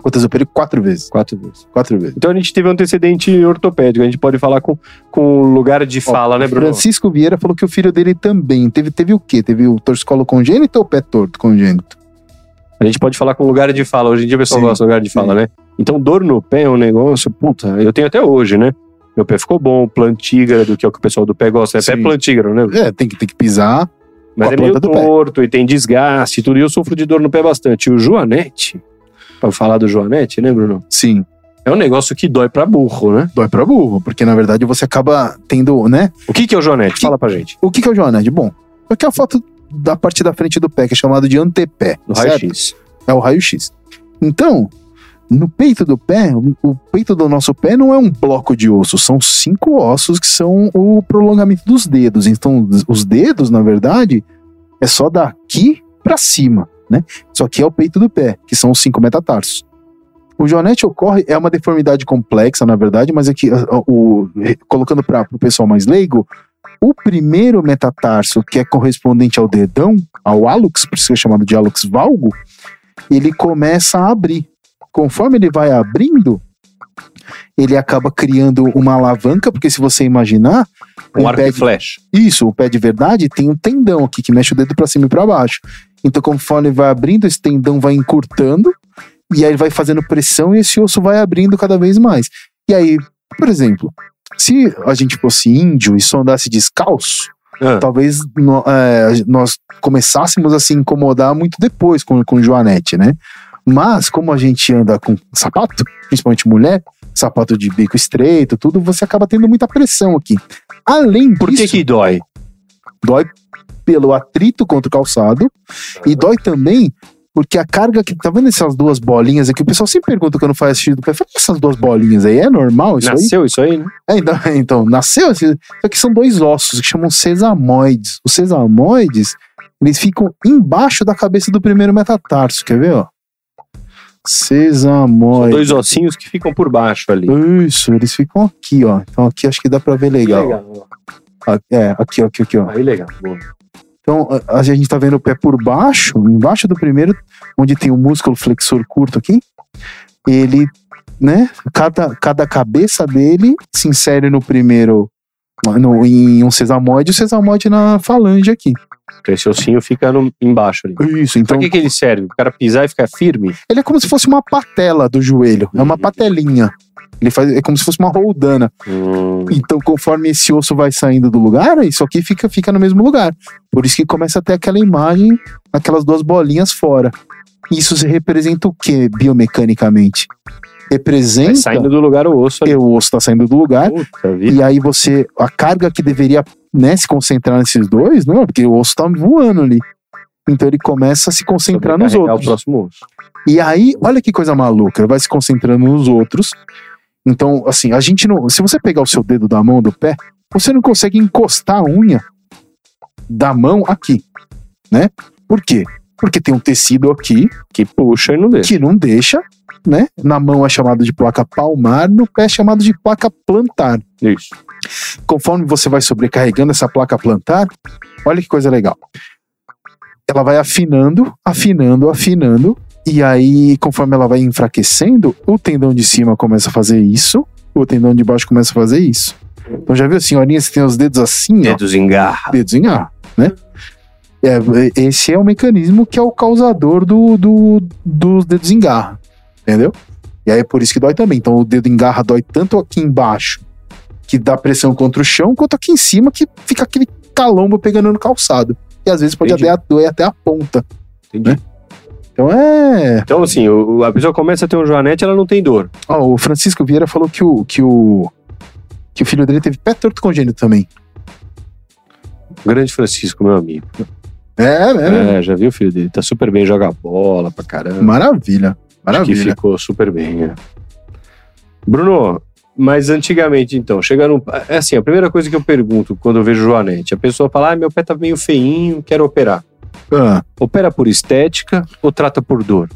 Speaker 2: Quantas eu perdi? Quatro vezes.
Speaker 3: Quatro vezes.
Speaker 2: Quatro vezes.
Speaker 3: Então a gente teve um antecedente ortopédico. A gente pode falar com, com lugar de fala, né, Bruno?
Speaker 2: Francisco Vieira falou que o filho dele também. Teve, teve o quê? Teve o torcicolo congênito ou pé torto congênito?
Speaker 3: A gente pode falar com lugar de fala. Hoje em dia o pessoal
Speaker 2: Sim,
Speaker 3: gosta de lugar de
Speaker 2: sim.
Speaker 3: fala, né? Então, dor no pé é um negócio, puta, eu tenho até hoje, né? Meu pé ficou bom, plantígrado, que é o que o pessoal do pé gosta. É pé
Speaker 2: Sim.
Speaker 3: plantígrado, né?
Speaker 2: É, tem que, tem que pisar.
Speaker 3: Mas
Speaker 2: Com a
Speaker 3: é meio
Speaker 2: planta do pé.
Speaker 3: torto e tem desgaste e tudo. E eu sofro de dor no pé bastante. E o Joanete, pra falar do Joanete, né, Bruno?
Speaker 2: Sim.
Speaker 3: É um negócio que dói pra burro, né?
Speaker 2: Dói pra burro, porque na verdade você acaba tendo, né?
Speaker 3: O que, que é o Joanete? Fala pra gente.
Speaker 2: O que, que é o Joanete? Bom, aqui é a foto da parte da frente do pé, que é chamado de antepé.
Speaker 3: No
Speaker 2: certo?
Speaker 3: raio-x.
Speaker 2: É o raio-x. Então, no peito do pé, o- o peito do nosso pé não é um bloco de osso, são cinco ossos que são o prolongamento dos dedos. Então, os- os dedos, na verdade, é só daqui pra cima, né? Isso aqui é o peito do pé, que são os cinco metatarsos. O Joanete ocorre, é uma deformidade complexa, na verdade, mas aqui, a- a- o, eh, colocando para o pessoal mais leigo, o primeiro metatarso, que é correspondente ao dedão, ao hálux, por isso que é chamado de hálux valgo, ele começa a abrir. Conforme ele vai abrindo, ele acaba criando uma alavanca, porque se você imaginar,
Speaker 3: Um arco
Speaker 2: pé
Speaker 3: e
Speaker 2: de-
Speaker 3: flecha.
Speaker 2: isso, o pé de verdade tem um tendão aqui que mexe o dedo pra cima e pra baixo. Então, conforme vai abrindo, esse tendão vai encurtando e aí ele vai fazendo pressão e esse osso vai abrindo cada vez mais. E aí, por exemplo, se a gente fosse índio e só andasse descalço,
Speaker 3: Ah,
Speaker 2: talvez nó- é, nós começássemos a se incomodar muito depois com, com o Joanete, né? Mas, como a gente anda com sapato, principalmente mulher, sapato de bico estreito, tudo, você acaba tendo muita pressão aqui. Além
Speaker 3: Por
Speaker 2: disso,
Speaker 3: que que dói?
Speaker 2: dói pelo atrito contra o calçado e dói também porque a carga que tá vendo essas duas bolinhas aqui, o pessoal sempre pergunta quando faz xixi do pé, fala, essas duas bolinhas aí é normal isso
Speaker 3: Nasceu isso aí, né?
Speaker 2: aí? É, então, então, nasceu esse- só que são dois ossos que chamam sesamoides. Os sesamoides, eles ficam embaixo da cabeça do primeiro metatarso, quer ver, ó?
Speaker 3: São
Speaker 2: Sesamoides.
Speaker 3: dois ossinhos que ficam por baixo ali.
Speaker 2: Isso, eles ficam aqui, ó. Então aqui acho que dá pra ver legal.
Speaker 3: legal.
Speaker 2: Ah, É, aqui, ó, aqui, aqui, ó.
Speaker 3: Aí legal. Boa.
Speaker 2: Então, a, a gente tá vendo o pé por baixo, embaixo do primeiro, onde tem o músculo flexor curto aqui. Ele, né, cada, cada cabeça dele se insere no primeiro, no, em um sesamoide, e o sesamoide na falange aqui.
Speaker 3: Então esse ossinho fica no- embaixo ali.
Speaker 2: Isso,
Speaker 3: Pra
Speaker 2: então,
Speaker 3: que que ele serve? O cara pisar e ficar firme?
Speaker 2: ele é como se fosse uma patela do joelho, é uma
Speaker 3: Uhum.
Speaker 2: patelinha. Ele faz, é como se fosse uma roldana.
Speaker 3: Hum,
Speaker 2: Então, conforme esse osso vai saindo do lugar, isso aqui fica, fica no mesmo lugar. Por isso que começa a ter aquela imagem, aquelas duas bolinhas fora. Isso se representa o que biomecanicamente?
Speaker 3: vai
Speaker 2: Representa
Speaker 3: é saindo do lugar o osso ali.
Speaker 2: que o osso está saindo do lugar,
Speaker 3: Puta vida.
Speaker 2: e aí você, a carga que deveria né, se concentrar nesses dois, não, porque o osso está voando ali. Então ele começa a se concentrar nos
Speaker 3: Sobrecarregar
Speaker 2: outros.
Speaker 3: o próximo osso.
Speaker 2: E aí, olha que coisa maluca, vai se concentrando nos outros. Então, assim, a gente não. Se você pegar o seu dedo da mão do pé, você não consegue encostar a unha da mão aqui, né? Por quê? Porque tem um tecido aqui
Speaker 3: Que puxa e não deixa.
Speaker 2: que não deixa, né? Na mão é chamado de placa palmar, no pé é chamado de placa plantar.
Speaker 3: Isso.
Speaker 2: Conforme você vai sobrecarregando essa placa plantar, olha que coisa legal. Ela vai afinando, afinando, afinando. E aí, conforme ela vai enfraquecendo, o tendão de cima começa a fazer isso, o tendão de baixo começa a fazer isso. Então já viu, senhorinha, você tem os dedos assim, ó,
Speaker 3: Dedos engarra.
Speaker 2: dedos em ar, né? É, esse é o mecanismo que é o causador do, do, dos dedos em garra, entendeu? E aí é por isso que dói também. Então o dedo em garra dói tanto aqui embaixo, que dá pressão contra o chão, quanto aqui em cima, que fica aquele calombo pegando no calçado. E às vezes pode
Speaker 3: Entendi.
Speaker 2: até a- doer até a ponta. né?
Speaker 3: Entendi.
Speaker 2: Então é.
Speaker 3: Então, assim, o- o- a pessoa começa a ter um joanete, ela não tem dor.
Speaker 2: Ó, o Francisco Vieira falou que o, que o. que o filho dele teve pé torto congênito também.
Speaker 3: Grande Francisco, meu amigo.
Speaker 2: É, é.
Speaker 3: É, já viu o filho dele? Tá super bem, joga bola pra caramba.
Speaker 2: Maravilha.
Speaker 3: É. Acho que
Speaker 2: Maravilha.
Speaker 3: ficou super bem. né? Bruno, mas antigamente, então, chegando. É assim, a primeira coisa que eu pergunto quando eu vejo Joanete, a pessoa fala: ah, meu pé tá meio feinho, quero operar.
Speaker 2: Ah.
Speaker 3: Opera por estética ou trata por dor?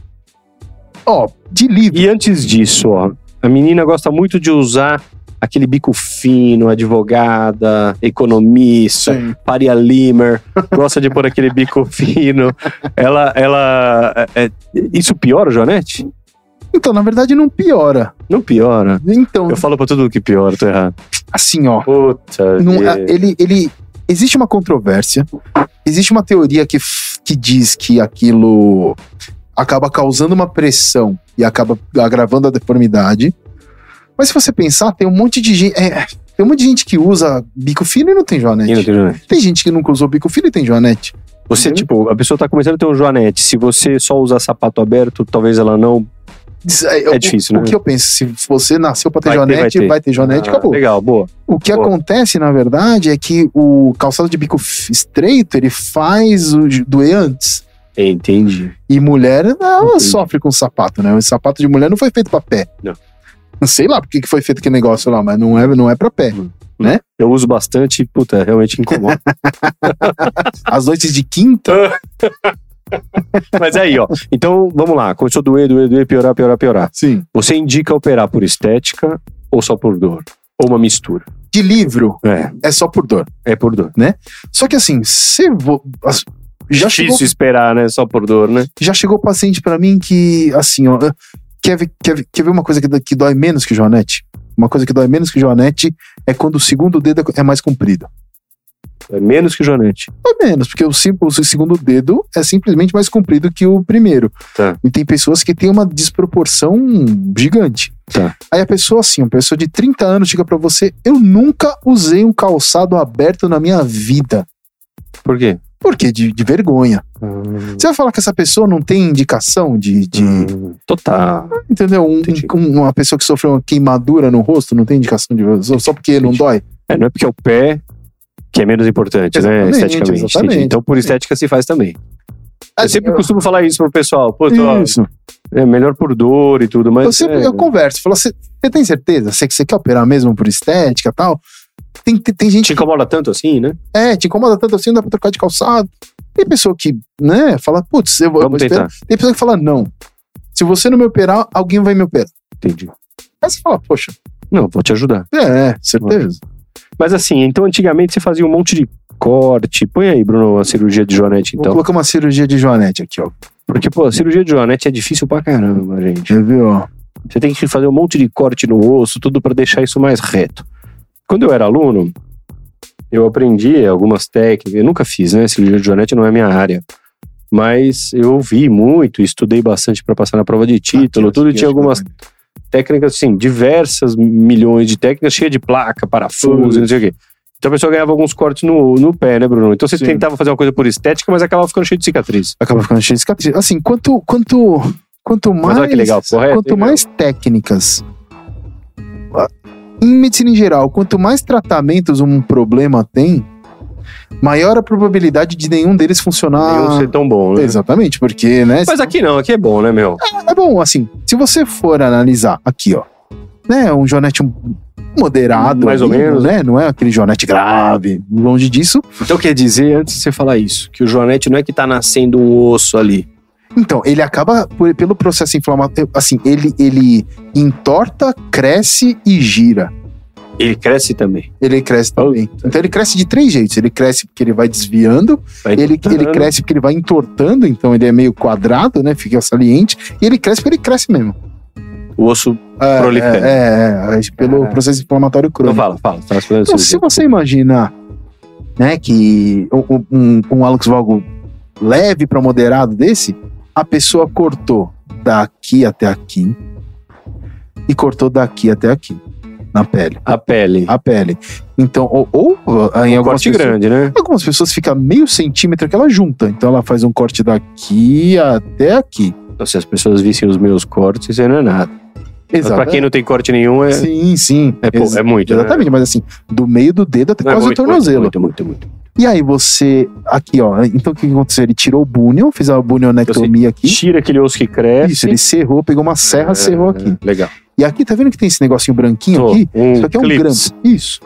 Speaker 2: Ó, de livre.
Speaker 3: E antes disso, ó, a menina gosta muito de usar aquele bico fino, advogada, economista, Paria Limer, gosta de pôr aquele bico fino. Ela, ela. é- é- isso piora, Joanete?
Speaker 2: Então, na verdade, não piora.
Speaker 3: Não piora.
Speaker 2: Então,
Speaker 3: Eu falo pra todo mundo que piora, tô errado.
Speaker 2: assim, ó.
Speaker 3: Puta.
Speaker 2: não- é,
Speaker 3: vida.
Speaker 2: ele, ele existe uma controvérsia. Existe uma teoria que, f- que diz que aquilo acaba causando uma pressão e acaba agravando a deformidade. Mas se você pensar, tem um monte de gente. tem um monte de gente que usa bico fino e não tem
Speaker 3: Ih, não
Speaker 2: joanete.
Speaker 3: tem Joanete.
Speaker 2: Tem gente que nunca usou bico fino e tem joanete.
Speaker 3: Você,
Speaker 2: é, Entendeu?
Speaker 3: tipo, a pessoa tá começando a ter um Joanete. Se você só usar sapato aberto, talvez ela não.
Speaker 2: Diz- É, o-
Speaker 3: difícil,
Speaker 2: o,
Speaker 3: né?
Speaker 2: que eu penso? Se você nasceu pra ter
Speaker 3: Vai ter,
Speaker 2: joanete,
Speaker 3: vai ter.
Speaker 2: vai ter joanete,
Speaker 3: Ah,
Speaker 2: acabou.
Speaker 3: Legal, boa.
Speaker 2: O que
Speaker 3: Boa.
Speaker 2: acontece, na verdade, é que o calçado de bico f- estreito, ele faz o de- doer antes.
Speaker 3: Entendi.
Speaker 2: E mulher, ela
Speaker 3: Entendi.
Speaker 2: sofre com sapato, né? O sapato de mulher não foi feito pra pé.
Speaker 3: Não.
Speaker 2: Não sei lá porque que foi feito aquele negócio lá, mas não é, não é pra pé.
Speaker 3: Eu uso bastante, puta, realmente incomoda.
Speaker 2: As noites de quinta,
Speaker 3: Mas aí, ó. Então, vamos lá. Começou a doer, doer, doer, piorar, piorar, piorar.
Speaker 2: sim.
Speaker 3: Você indica operar por estética ou só por dor? Ou uma mistura?
Speaker 2: De livro,
Speaker 3: É,
Speaker 2: é só por dor.
Speaker 3: é por dor.
Speaker 2: Só que assim, se vo... as- já,
Speaker 3: Difícil
Speaker 2: chegou,
Speaker 3: esperar, né? Só por dor, né?
Speaker 2: já chegou paciente pra mim que, assim, ó. Quer ver, quer, ver- quer ver uma coisa que, dói- que dói menos que Joanete? Uma coisa que dói menos que Joanete é quando o segundo dedo é mais comprido.
Speaker 3: É menos que Joanete.
Speaker 2: Ou menos, porque o, sim- o segundo dedo é simplesmente mais comprido que o primeiro.
Speaker 3: Tá.
Speaker 2: E tem pessoas que têm uma desproporção gigante.
Speaker 3: Tá.
Speaker 2: Aí a pessoa, assim, uma pessoa de 30 anos chega pra você: Eu nunca usei um calçado aberto na minha vida.
Speaker 3: Por quê?
Speaker 2: Por quê? De, de vergonha.
Speaker 3: Hum,
Speaker 2: Você vai falar que essa pessoa não tem indicação de. de-
Speaker 3: Uhum. Total.
Speaker 2: Entendeu? Um-
Speaker 3: Entendi.
Speaker 2: um- uma pessoa que sofreu uma queimadura no rosto não tem indicação de. só- Só porque não
Speaker 3: Entendi.
Speaker 2: dói?
Speaker 3: É, não é porque é o pé que é menos importante, né?
Speaker 2: Exatamente,
Speaker 3: Esteticamente.
Speaker 2: exatamente.
Speaker 3: entendi. Então, por estética se faz também. Eu
Speaker 2: Assim,
Speaker 3: É, sempre
Speaker 2: eu-
Speaker 3: costumo falar isso pro pessoal. Pô, tô, ó,
Speaker 2: Isso.
Speaker 3: é melhor por dor e tudo, mas.
Speaker 2: eu sempre
Speaker 3: é,
Speaker 2: eu converso, falo, você você tem certeza? Você você quer operar mesmo por estética e tal? Tem, tem, tem gente
Speaker 3: Te incomoda tanto assim, né?
Speaker 2: que é, te incomoda tanto assim, não dá pra trocar de calçado. Tem pessoa que, né, fala, putz, eu vou, eu vou
Speaker 3: Vamos
Speaker 2: esperar.
Speaker 3: tentar.
Speaker 2: Tem pessoa que fala, não. Se você não me operar, alguém vai me operar.
Speaker 3: Entendi.
Speaker 2: Aí você fala, poxa,
Speaker 3: Não, vou te ajudar.
Speaker 2: é, é certeza.
Speaker 3: Mas assim, então antigamente você fazia um monte de corte. Põe aí, Bruno, a cirurgia de Joanete,
Speaker 2: Vou
Speaker 3: então.
Speaker 2: colocar uma cirurgia de joanete aqui, ó.
Speaker 3: Porque, pô, a cirurgia de Joanete é difícil pra caramba, gente.
Speaker 2: Já viu, ó?
Speaker 3: Você tem que fazer um monte de corte no osso, tudo pra deixar isso mais reto. Quando eu era aluno, eu aprendi algumas técnicas. Eu nunca fiz, né? Cirurgia de Joanete não é minha área. Mas eu vi muito, estudei bastante pra passar na prova de título,
Speaker 2: Aqui, ó,
Speaker 3: tudo. E
Speaker 2: aqui,
Speaker 3: Ah, tinha
Speaker 2: ó,
Speaker 3: algumas técnicas, assim, diversas milhões de técnicas, cheia de placa, parafuso,
Speaker 2: Ui.
Speaker 3: e não sei o quê. Então a pessoa ganhava alguns cortes no, no pé, né, Bruno? Então você
Speaker 2: Sim.
Speaker 3: tentava fazer uma coisa por estética, mas acabava ficando cheio de cicatriz.
Speaker 2: Acaba ficando cheio de cicatriz. Assim, quanto, quanto, quanto mais.
Speaker 3: olha que legal, é correto,
Speaker 2: Quanto
Speaker 3: hein,
Speaker 2: mais técnicas. a- Em medicina em geral, quanto mais tratamentos um problema tem, maior a probabilidade de nenhum deles
Speaker 3: Nenhum
Speaker 2: funcionar.
Speaker 3: ser tão bom, né?
Speaker 2: Exatamente, porque, né?
Speaker 3: Mas aqui não, aqui é bom, né, meu?
Speaker 2: É bom, assim, se você for analisar aqui, ó, né, um jonete moderado,
Speaker 3: Mais ou
Speaker 2: ali,
Speaker 3: menos.
Speaker 2: né? Não é aquele jonete grave, longe disso.
Speaker 3: Então quer dizer, antes de você falar isso, que o Joanete não é que tá nascendo um osso ali.
Speaker 2: Então, ele acaba por- pelo processo inflamatório, assim, ele, ele entorta, cresce e gira.
Speaker 3: Ele cresce também.
Speaker 2: Ele cresce
Speaker 3: Oh.
Speaker 2: também. Então ele cresce de três jeitos. Ele cresce porque ele vai desviando,
Speaker 3: Vai
Speaker 2: ele, ele
Speaker 3: entortando.
Speaker 2: cresce porque ele vai entortando, então ele é meio quadrado, né? Fica saliente. E ele cresce porque ele cresce mesmo.
Speaker 3: O osso.
Speaker 2: É,
Speaker 3: Prolifera.
Speaker 2: É, é, é, é, pelo
Speaker 3: É.
Speaker 2: processo inflamatório
Speaker 3: Não
Speaker 2: crônico.
Speaker 3: fala, fala. Tá falando
Speaker 2: Então,
Speaker 3: isso,
Speaker 2: se você imaginar né, que um, um, um Alex Valgo leve para moderado desse, a pessoa cortou daqui até aqui e cortou daqui até aqui na pele,
Speaker 3: A pele.
Speaker 2: a pele. Então, ou, ou em
Speaker 3: Um
Speaker 2: algumas
Speaker 3: corte
Speaker 2: pessoas,
Speaker 3: grande, né?
Speaker 2: algumas pessoas fica meio centímetro que ela junta. Então, ela faz um corte daqui até aqui.
Speaker 3: Então, se as pessoas vissem os meus cortes, isso aí não é nada. Mas pra quem não tem corte nenhum, é,
Speaker 2: Sim, sim.
Speaker 3: é, pou-
Speaker 2: Ex-
Speaker 3: é muito. né?
Speaker 2: Exatamente, mas assim, do meio do dedo até
Speaker 3: Não, é
Speaker 2: quase o
Speaker 3: muito,
Speaker 2: tornozelo.
Speaker 3: Muito, muito, muito. muito.
Speaker 2: E aí você, aqui ó, então o que aconteceu? Ele tirou o bunion, fez a bunionectomia aqui.
Speaker 3: Tira aquele osso que cresce.
Speaker 2: Isso, ele serrou, pegou uma serra,
Speaker 3: É,
Speaker 2: serrou aqui.
Speaker 3: Legal.
Speaker 2: E aqui, tá vendo que tem esse negocinho branquinho
Speaker 3: Tô,
Speaker 2: aqui?
Speaker 3: um
Speaker 2: Isso aqui é um
Speaker 3: clips.
Speaker 2: grampo. Isso.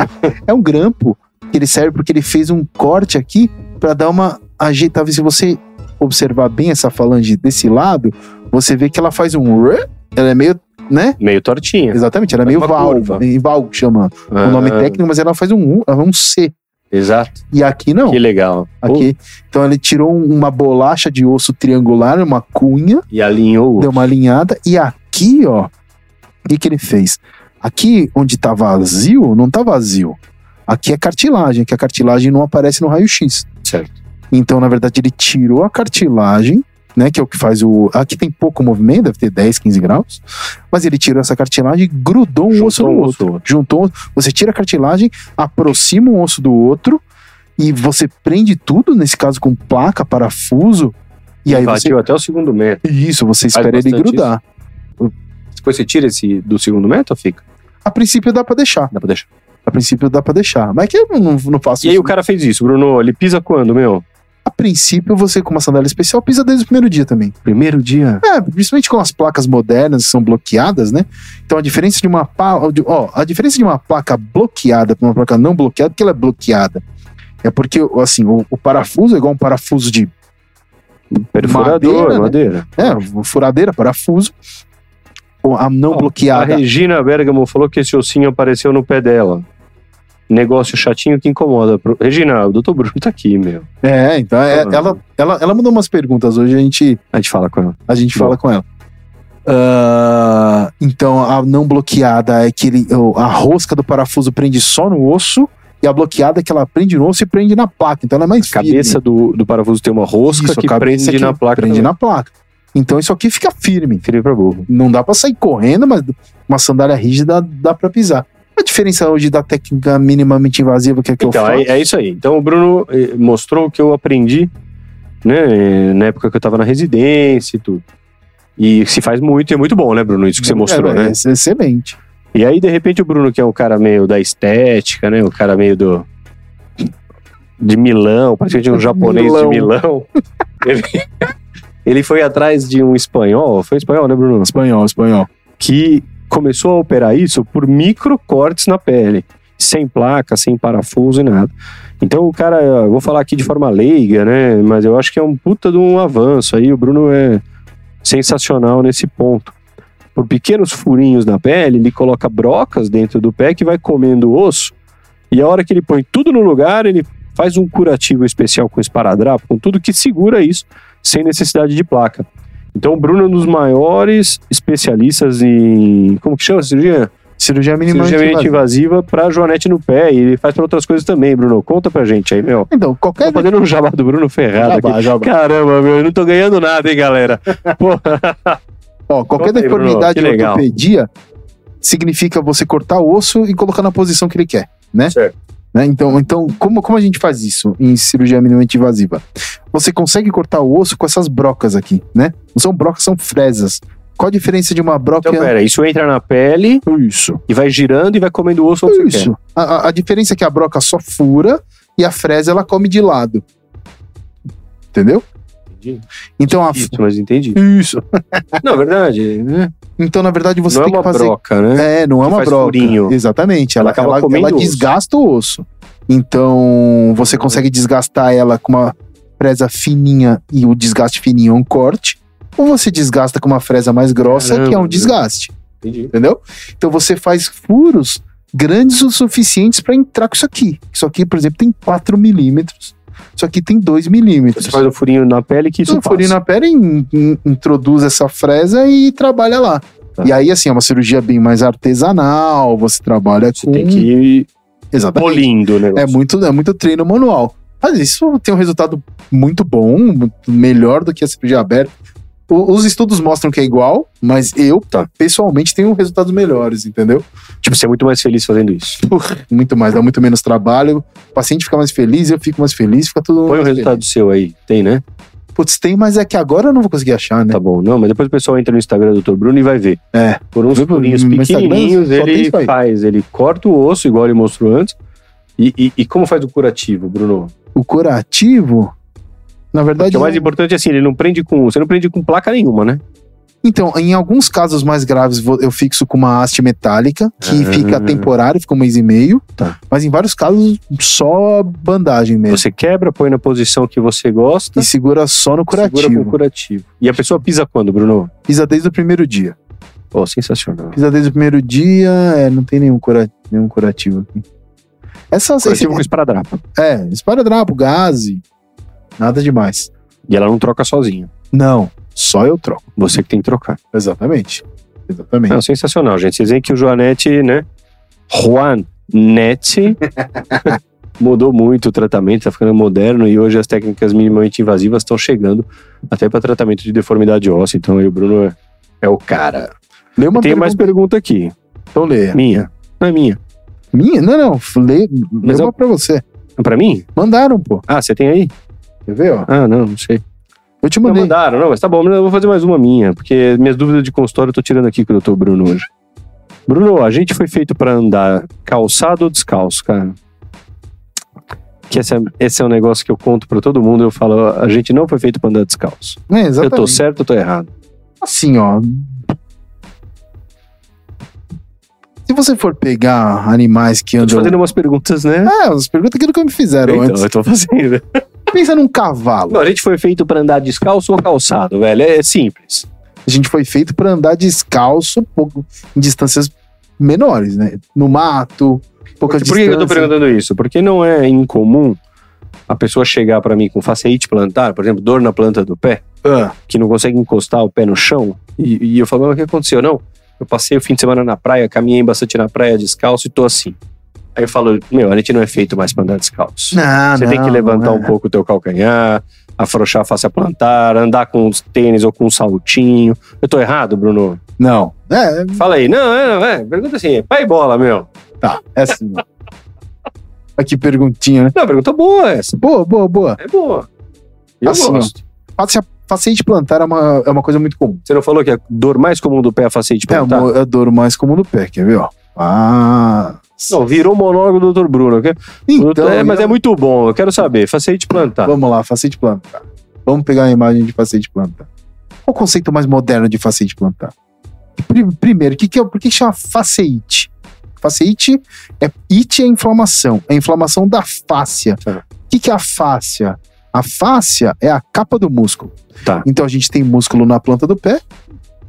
Speaker 2: é um grampo que ele serve porque ele fez um corte aqui pra dar uma ajeitada. Se você observar bem essa falange desse lado, você vê que ela faz um... rã, Ela é meio né?
Speaker 3: Meio tortinha.
Speaker 2: Exatamente, era
Speaker 3: É. Faz
Speaker 2: meio
Speaker 3: uma
Speaker 2: valgo,
Speaker 3: curva.
Speaker 2: meio valgo que chama o nome técnico, mas ela faz um, U, ela é um C.
Speaker 3: Ah, Exato.
Speaker 2: E aqui não.
Speaker 3: Que legal.
Speaker 2: Aqui, então ele tirou uma bolacha de osso triangular, uma cunha,
Speaker 3: Uh, e alinhou.
Speaker 2: deu uma alinhada e aqui, ó, o que, que ele fez? Aqui onde tá vazio, não tá vazio. Aqui é cartilagem, que a cartilagem não aparece no raio-x.
Speaker 3: Certo.
Speaker 2: Então, na verdade, ele tirou a cartilagem, né, que é o que faz o aqui tem pouco movimento, deve ter 10, 15 graus, mas ele tirou essa cartilagem, e grudou um
Speaker 3: Juntou
Speaker 2: osso no
Speaker 3: um osso
Speaker 2: outro.
Speaker 3: no outro.
Speaker 2: Juntou, você tira a cartilagem, aproxima um osso do outro e você prende tudo, nesse caso com placa, parafuso, e aí você
Speaker 3: Batiu até o segundo metro.
Speaker 2: isso, você espera ele
Speaker 3: bastante
Speaker 2: grudar.
Speaker 3: Depois você tira esse do segundo metro ou fica?
Speaker 2: A princípio dá pra deixar.
Speaker 3: Dá pra deixar.
Speaker 2: A princípio dá pra deixar. Mas que eu não, não faço
Speaker 3: E aí
Speaker 2: isso.
Speaker 3: o cara fez isso, Bruno. Ele pisa quando, meu?
Speaker 2: A princípio, você com uma sandália especial pisa desde o primeiro dia também.
Speaker 3: Primeiro dia.
Speaker 2: É, principalmente com as placas modernas que são bloqueadas, né? Então a diferença de uma pa- de- ó, a diferença de uma placa bloqueada para uma placa não bloqueada, porque ela é bloqueada. É porque, assim, o, o parafuso é igual um parafuso de
Speaker 3: Perfurador,
Speaker 2: Madeira, né?
Speaker 3: madeira.
Speaker 2: é, furadeira, parafuso. Ou A não
Speaker 3: Ó, tá A
Speaker 2: bloqueada
Speaker 3: Regina Bergamo falou que esse ossinho apareceu no pé dela. Negócio chatinho que incomoda. Pro- Regina, o doutor Bruno tá aqui, meu.
Speaker 2: É, então é-
Speaker 3: Ah.
Speaker 2: ela, ela, ela mandou umas perguntas hoje, a gente,
Speaker 3: A gente fala com ela.
Speaker 2: a gente
Speaker 3: Bom.
Speaker 2: fala com ela. Ah, então a não bloqueada é que ele, o- a rosca do parafuso prende só no osso, e a bloqueada é que ela prende no osso e prende na placa. Então ela é mais firme.
Speaker 3: Cabeça do, do parafuso tem uma rosca
Speaker 2: Isso, a
Speaker 3: que
Speaker 2: cabeça
Speaker 3: prende
Speaker 2: que
Speaker 3: na placa.
Speaker 2: Prende
Speaker 3: também.
Speaker 2: na placa. Então isso aqui fica firme.
Speaker 3: Filho pra burro.
Speaker 2: Não dá pra sair correndo, mas uma sandália rígida dá pra pisar. A diferença hoje da técnica minimamente invasiva que é que eu
Speaker 3: Então,
Speaker 2: faço.
Speaker 3: é, é isso aí. Então, o Bruno eh, mostrou o que eu aprendi, né, eh, na época que eu tava na residência e tudo. E se faz muito, e é muito bom, né, Bruno, isso que você mostrou,
Speaker 2: é,
Speaker 3: né?
Speaker 2: é excelente.
Speaker 3: E aí, de repente, o Bruno, que é um cara meio da estética, né, o cara meio do... de Milão, praticamente um japonês
Speaker 2: Milão.
Speaker 3: de Milão. Ele... ele foi atrás de um espanhol, foi espanhol, né, Bruno?
Speaker 2: Espanhol, espanhol.
Speaker 3: que começou a operar isso por microcortes na pele, sem placa, sem parafuso e nada. Então o cara, eu vou falar aqui de forma leiga, né? Mas eu acho que é um puta de um avanço aí. O Bruno é sensacional nesse ponto. Por pequenos furinhos na pele, ele coloca brocas dentro do pé que vai comendo o osso. E a hora que ele põe tudo no lugar, ele faz um curativo especial com esparadrapo, com tudo que segura isso, sem necessidade de placa. Então, o Bruno é um dos maiores especialistas em. Como que chama a cirurgia?
Speaker 2: Cirurgia minimamente
Speaker 3: Cirurgia mente
Speaker 2: invasiva.
Speaker 3: invasiva para joanete no pé. E ele faz para outras coisas também, Bruno. Conta pra gente aí, meu.
Speaker 2: Então,
Speaker 3: Tô
Speaker 2: qualquer
Speaker 3: fazendo um jabá do Bruno ferrado
Speaker 2: Jabá,
Speaker 3: aqui.
Speaker 2: jabá.
Speaker 3: Caramba, meu, eu não tô ganhando nada, hein, galera. Porra,
Speaker 2: Ó, qualquer
Speaker 3: Conta aí, Bruno,
Speaker 2: deformidade
Speaker 3: que
Speaker 2: em
Speaker 3: legal.
Speaker 2: ortopedia significa você cortar o osso e colocar na posição que ele quer, né?
Speaker 3: Certo.
Speaker 2: Né? Então, então como, como a gente faz isso em cirurgia minimamente invasiva? Você consegue cortar o osso com essas brocas aqui, né? Não são brocas, são fresas. Qual a diferença de uma broca um-
Speaker 3: então, pera, isso entra na pele
Speaker 2: Isso.
Speaker 3: e vai girando e vai comendo o osso onde Então, você
Speaker 2: Isso. A, a- a diferença é que a broca só fura e a fresa ela come de lado. Entendeu?
Speaker 3: quer. Entendi.
Speaker 2: Então, a,
Speaker 3: Isso, mas entendi.
Speaker 2: isso.
Speaker 3: Não, é verdade. né?
Speaker 2: Então, na verdade, você
Speaker 3: não é
Speaker 2: tem
Speaker 3: uma
Speaker 2: que fazer
Speaker 3: broca, né?
Speaker 2: É, não é
Speaker 3: que
Speaker 2: uma
Speaker 3: faz
Speaker 2: broca.
Speaker 3: furinho.
Speaker 2: Exatamente. Ela,
Speaker 3: Ela
Speaker 2: ela,
Speaker 3: acaba comendo Uhum.
Speaker 2: ela
Speaker 3: osso.
Speaker 2: desgasta o osso. Então, você consegue desgastar ela com uma fresa fininha e o desgaste fininho é um corte. Ou você desgasta com uma fresa mais grossa, que é
Speaker 3: Caramba,
Speaker 2: um
Speaker 3: meu.
Speaker 2: desgaste,
Speaker 3: Entendi.
Speaker 2: entendeu? Então você faz furos grandes o suficientes para entrar com isso aqui. Isso aqui, por exemplo, tem 4 milímetros. Isso aqui tem 2 milímetros.
Speaker 3: Você faz o furinho na pele que isso
Speaker 2: Então, furinho
Speaker 3: passa.
Speaker 2: na pele in- in- introduz essa fresa e trabalha lá.
Speaker 3: Tá.
Speaker 2: E aí, assim, é uma cirurgia bem mais artesanal, você trabalha
Speaker 3: Você
Speaker 2: com...
Speaker 3: tem que ir
Speaker 2: Exatamente.
Speaker 3: polindo o
Speaker 2: É
Speaker 3: negócio.
Speaker 2: muito, é muito treino manual. Mas isso tem um resultado muito bom, muito melhor do que a cirurgia aberta. O- os estudos mostram que é igual, mas eu,
Speaker 3: Tá.
Speaker 2: pessoalmente, tenho resultados melhores, entendeu?
Speaker 3: Tipo, você é muito mais feliz fazendo isso.
Speaker 2: Muito mais, dá muito menos trabalho, o paciente fica mais feliz, eu fico mais feliz, fica tudo...
Speaker 3: Põe o
Speaker 2: mais
Speaker 3: resultado seu aí. Tem, né?
Speaker 2: feliz. Putz, tem, mas é que agora eu não vou conseguir achar, né?
Speaker 3: Tá bom. Não, mas depois o pessoal entra no Instagram do Dr. Bruno e vai ver.
Speaker 2: É.
Speaker 3: Por uns
Speaker 2: Vê pro-
Speaker 3: pulinhos
Speaker 2: no Instagram
Speaker 3: pequenininhos,
Speaker 2: só tem
Speaker 3: ele
Speaker 2: isso aí.
Speaker 3: faz. Ele corta o osso, igual ele mostrou antes. E, e- e como faz o curativo, Bruno?
Speaker 2: O curativo, na verdade...
Speaker 3: Porque o mais importante é assim, ele não prende com... Você não prende com placa nenhuma, né?
Speaker 2: Então, em alguns casos mais graves, vo- eu fixo com uma haste metálica, que
Speaker 3: Ah.
Speaker 2: fica temporária, fica um mês e meio.
Speaker 3: Tá.
Speaker 2: Mas em vários casos, só a bandagem mesmo.
Speaker 3: Você quebra, põe na posição que você gosta.
Speaker 2: E segura só no
Speaker 3: Segura com o
Speaker 2: curativo.
Speaker 3: curativo. E a pessoa pisa quando, Bruno?
Speaker 2: Pisa desde o primeiro dia.
Speaker 3: Pô, sensacional.
Speaker 2: Fiz desde o primeiro dia, é, não tem nenhum, cura, nenhum curativo aqui. Essas,
Speaker 3: Curativo com esparadrapa.
Speaker 2: É, esparadrapo, gaze, nada demais.
Speaker 3: E ela não troca sozinha.
Speaker 2: Não, só eu troco.
Speaker 3: Você que tem que trocar.
Speaker 2: Exatamente. Exatamente.
Speaker 3: Não, sensacional, gente. Vocês veem que o Joanete, né? Juanete mudou muito o tratamento, tá ficando moderno e hoje as técnicas minimamente invasivas estão chegando até para tratamento de deformidade óssea. Então aí o Bruno é, é o cara.
Speaker 2: Lê uma
Speaker 3: Tem
Speaker 2: pergunta.
Speaker 3: mais pergunta aqui.
Speaker 2: Então lê.
Speaker 3: Minha. Não é minha.
Speaker 2: Minha? Não, não. Lê, lê
Speaker 3: Mas
Speaker 2: uma
Speaker 3: eu-
Speaker 2: pra você.
Speaker 3: É pra mim?
Speaker 2: Mandaram, pô.
Speaker 3: Ah, você tem aí?
Speaker 2: Quer ver, ó?
Speaker 3: Ah, não, não sei.
Speaker 2: Eu te
Speaker 3: Não
Speaker 2: mandei.
Speaker 3: mandaram, não, mas tá bom, mas eu vou fazer mais uma minha, porque minhas dúvidas de consultório eu tô tirando aqui com o doutor Bruno hoje. Bruno, a gente foi feito pra andar calçado ou descalço, cara? Que esse é, esse é um negócio que eu conto pra todo mundo, eu falo, ó, a gente não foi feito pra andar descalço.
Speaker 2: É, exatamente.
Speaker 3: Eu tô certo ou tô errado?
Speaker 2: assim, ó. Se você for pegar animais que
Speaker 3: Eu tô
Speaker 2: andam.
Speaker 3: fazendo umas perguntas, né?
Speaker 2: É, as perguntas aquilo que me fizeram
Speaker 3: Então,
Speaker 2: antes.
Speaker 3: eu tô fazendo.
Speaker 2: Pensa num cavalo.
Speaker 3: Não, a gente foi feito pra andar descalço ou calçado, velho? É, é simples.
Speaker 2: A gente foi feito pra andar descalço um pouco em distâncias menores, né? No mato, poucas
Speaker 3: Por que que eu tô
Speaker 2: distâncias.
Speaker 3: perguntando isso? Porque não é incomum a pessoa chegar pra mim com faceite plantar, por exemplo, dor na planta do pé,
Speaker 2: Ah,
Speaker 3: que não consegue encostar o pé no chão. E, e eu falo, mas o que aconteceu? Não, eu passei o fim de semana na praia, caminhei bastante na praia descalço e tô assim. Aí eu falo, meu, a gente não é feito mais pra andar descalço.
Speaker 2: não,
Speaker 3: Você tem
Speaker 2: não,
Speaker 3: que levantar
Speaker 2: não é.
Speaker 3: um pouco o teu calcanhar, afrouxar a face a plantar, andar com os tênis ou com um saltinho. Eu tô errado, Bruno?
Speaker 2: Não. É,
Speaker 3: Fala aí. Não, é, não, é. Pergunta assim, é pai e bola, meu.
Speaker 2: tá. É assim. ó. Olha que perguntinha, né?
Speaker 3: Não, pergunta boa é essa.
Speaker 2: Boa, boa, boa.
Speaker 3: É boa. Eu
Speaker 2: Assim, ó.
Speaker 3: gosto.
Speaker 2: Face- Faceite plantar é uma, é uma coisa muito comum.
Speaker 3: Você não falou que a dor mais comum do pé é a faceite
Speaker 2: É,
Speaker 3: plantar?
Speaker 2: eu adoro mais comum do pé, quer ver, ó? Ah.
Speaker 3: Não, virou monólogo do Dr. Bruno. ok?
Speaker 2: Então,
Speaker 3: é, mas é muito bom, eu quero saber. Faceite plantar.
Speaker 2: Vamos lá, facete plantar. Vamos pegar a imagem de facete plantar. Qual o conceito mais moderno de facete plantar? Pri- Primeiro, que que é, por que chama faceite? Faceite é it é inflamação, é inflamação da fáscia.
Speaker 3: Tá.
Speaker 2: O que, que é a fáscia? A fáscia é a capa do músculo.
Speaker 3: Tá.
Speaker 2: Então a gente tem músculo na planta do pé,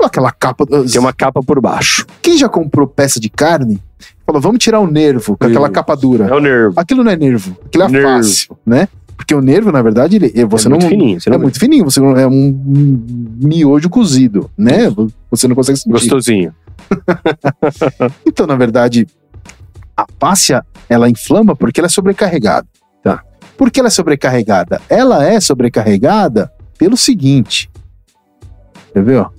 Speaker 2: aquela capa.
Speaker 3: Tem uma capa por baixo.
Speaker 2: Quem já comprou peça de carne, falou: vamos tirar o nervo com aquela
Speaker 3: Isso.
Speaker 2: capa dura.
Speaker 3: É o nervo.
Speaker 2: Aquilo não é nervo, aquilo é
Speaker 3: Nervo.
Speaker 2: fácil, né? Porque o nervo, na verdade, ele, você
Speaker 3: é
Speaker 2: não.
Speaker 3: muito fininho. Você não
Speaker 2: é muito fininho, você não- é um miojo cozido, né? Você não consegue sentir.
Speaker 3: Gostosinho.
Speaker 2: Então, na verdade, a fáscia, ela inflama porque ela é sobrecarregada.
Speaker 3: Tá.
Speaker 2: Por que ela é sobrecarregada? Ela é sobrecarregada pelo seguinte. Quer ver, ó?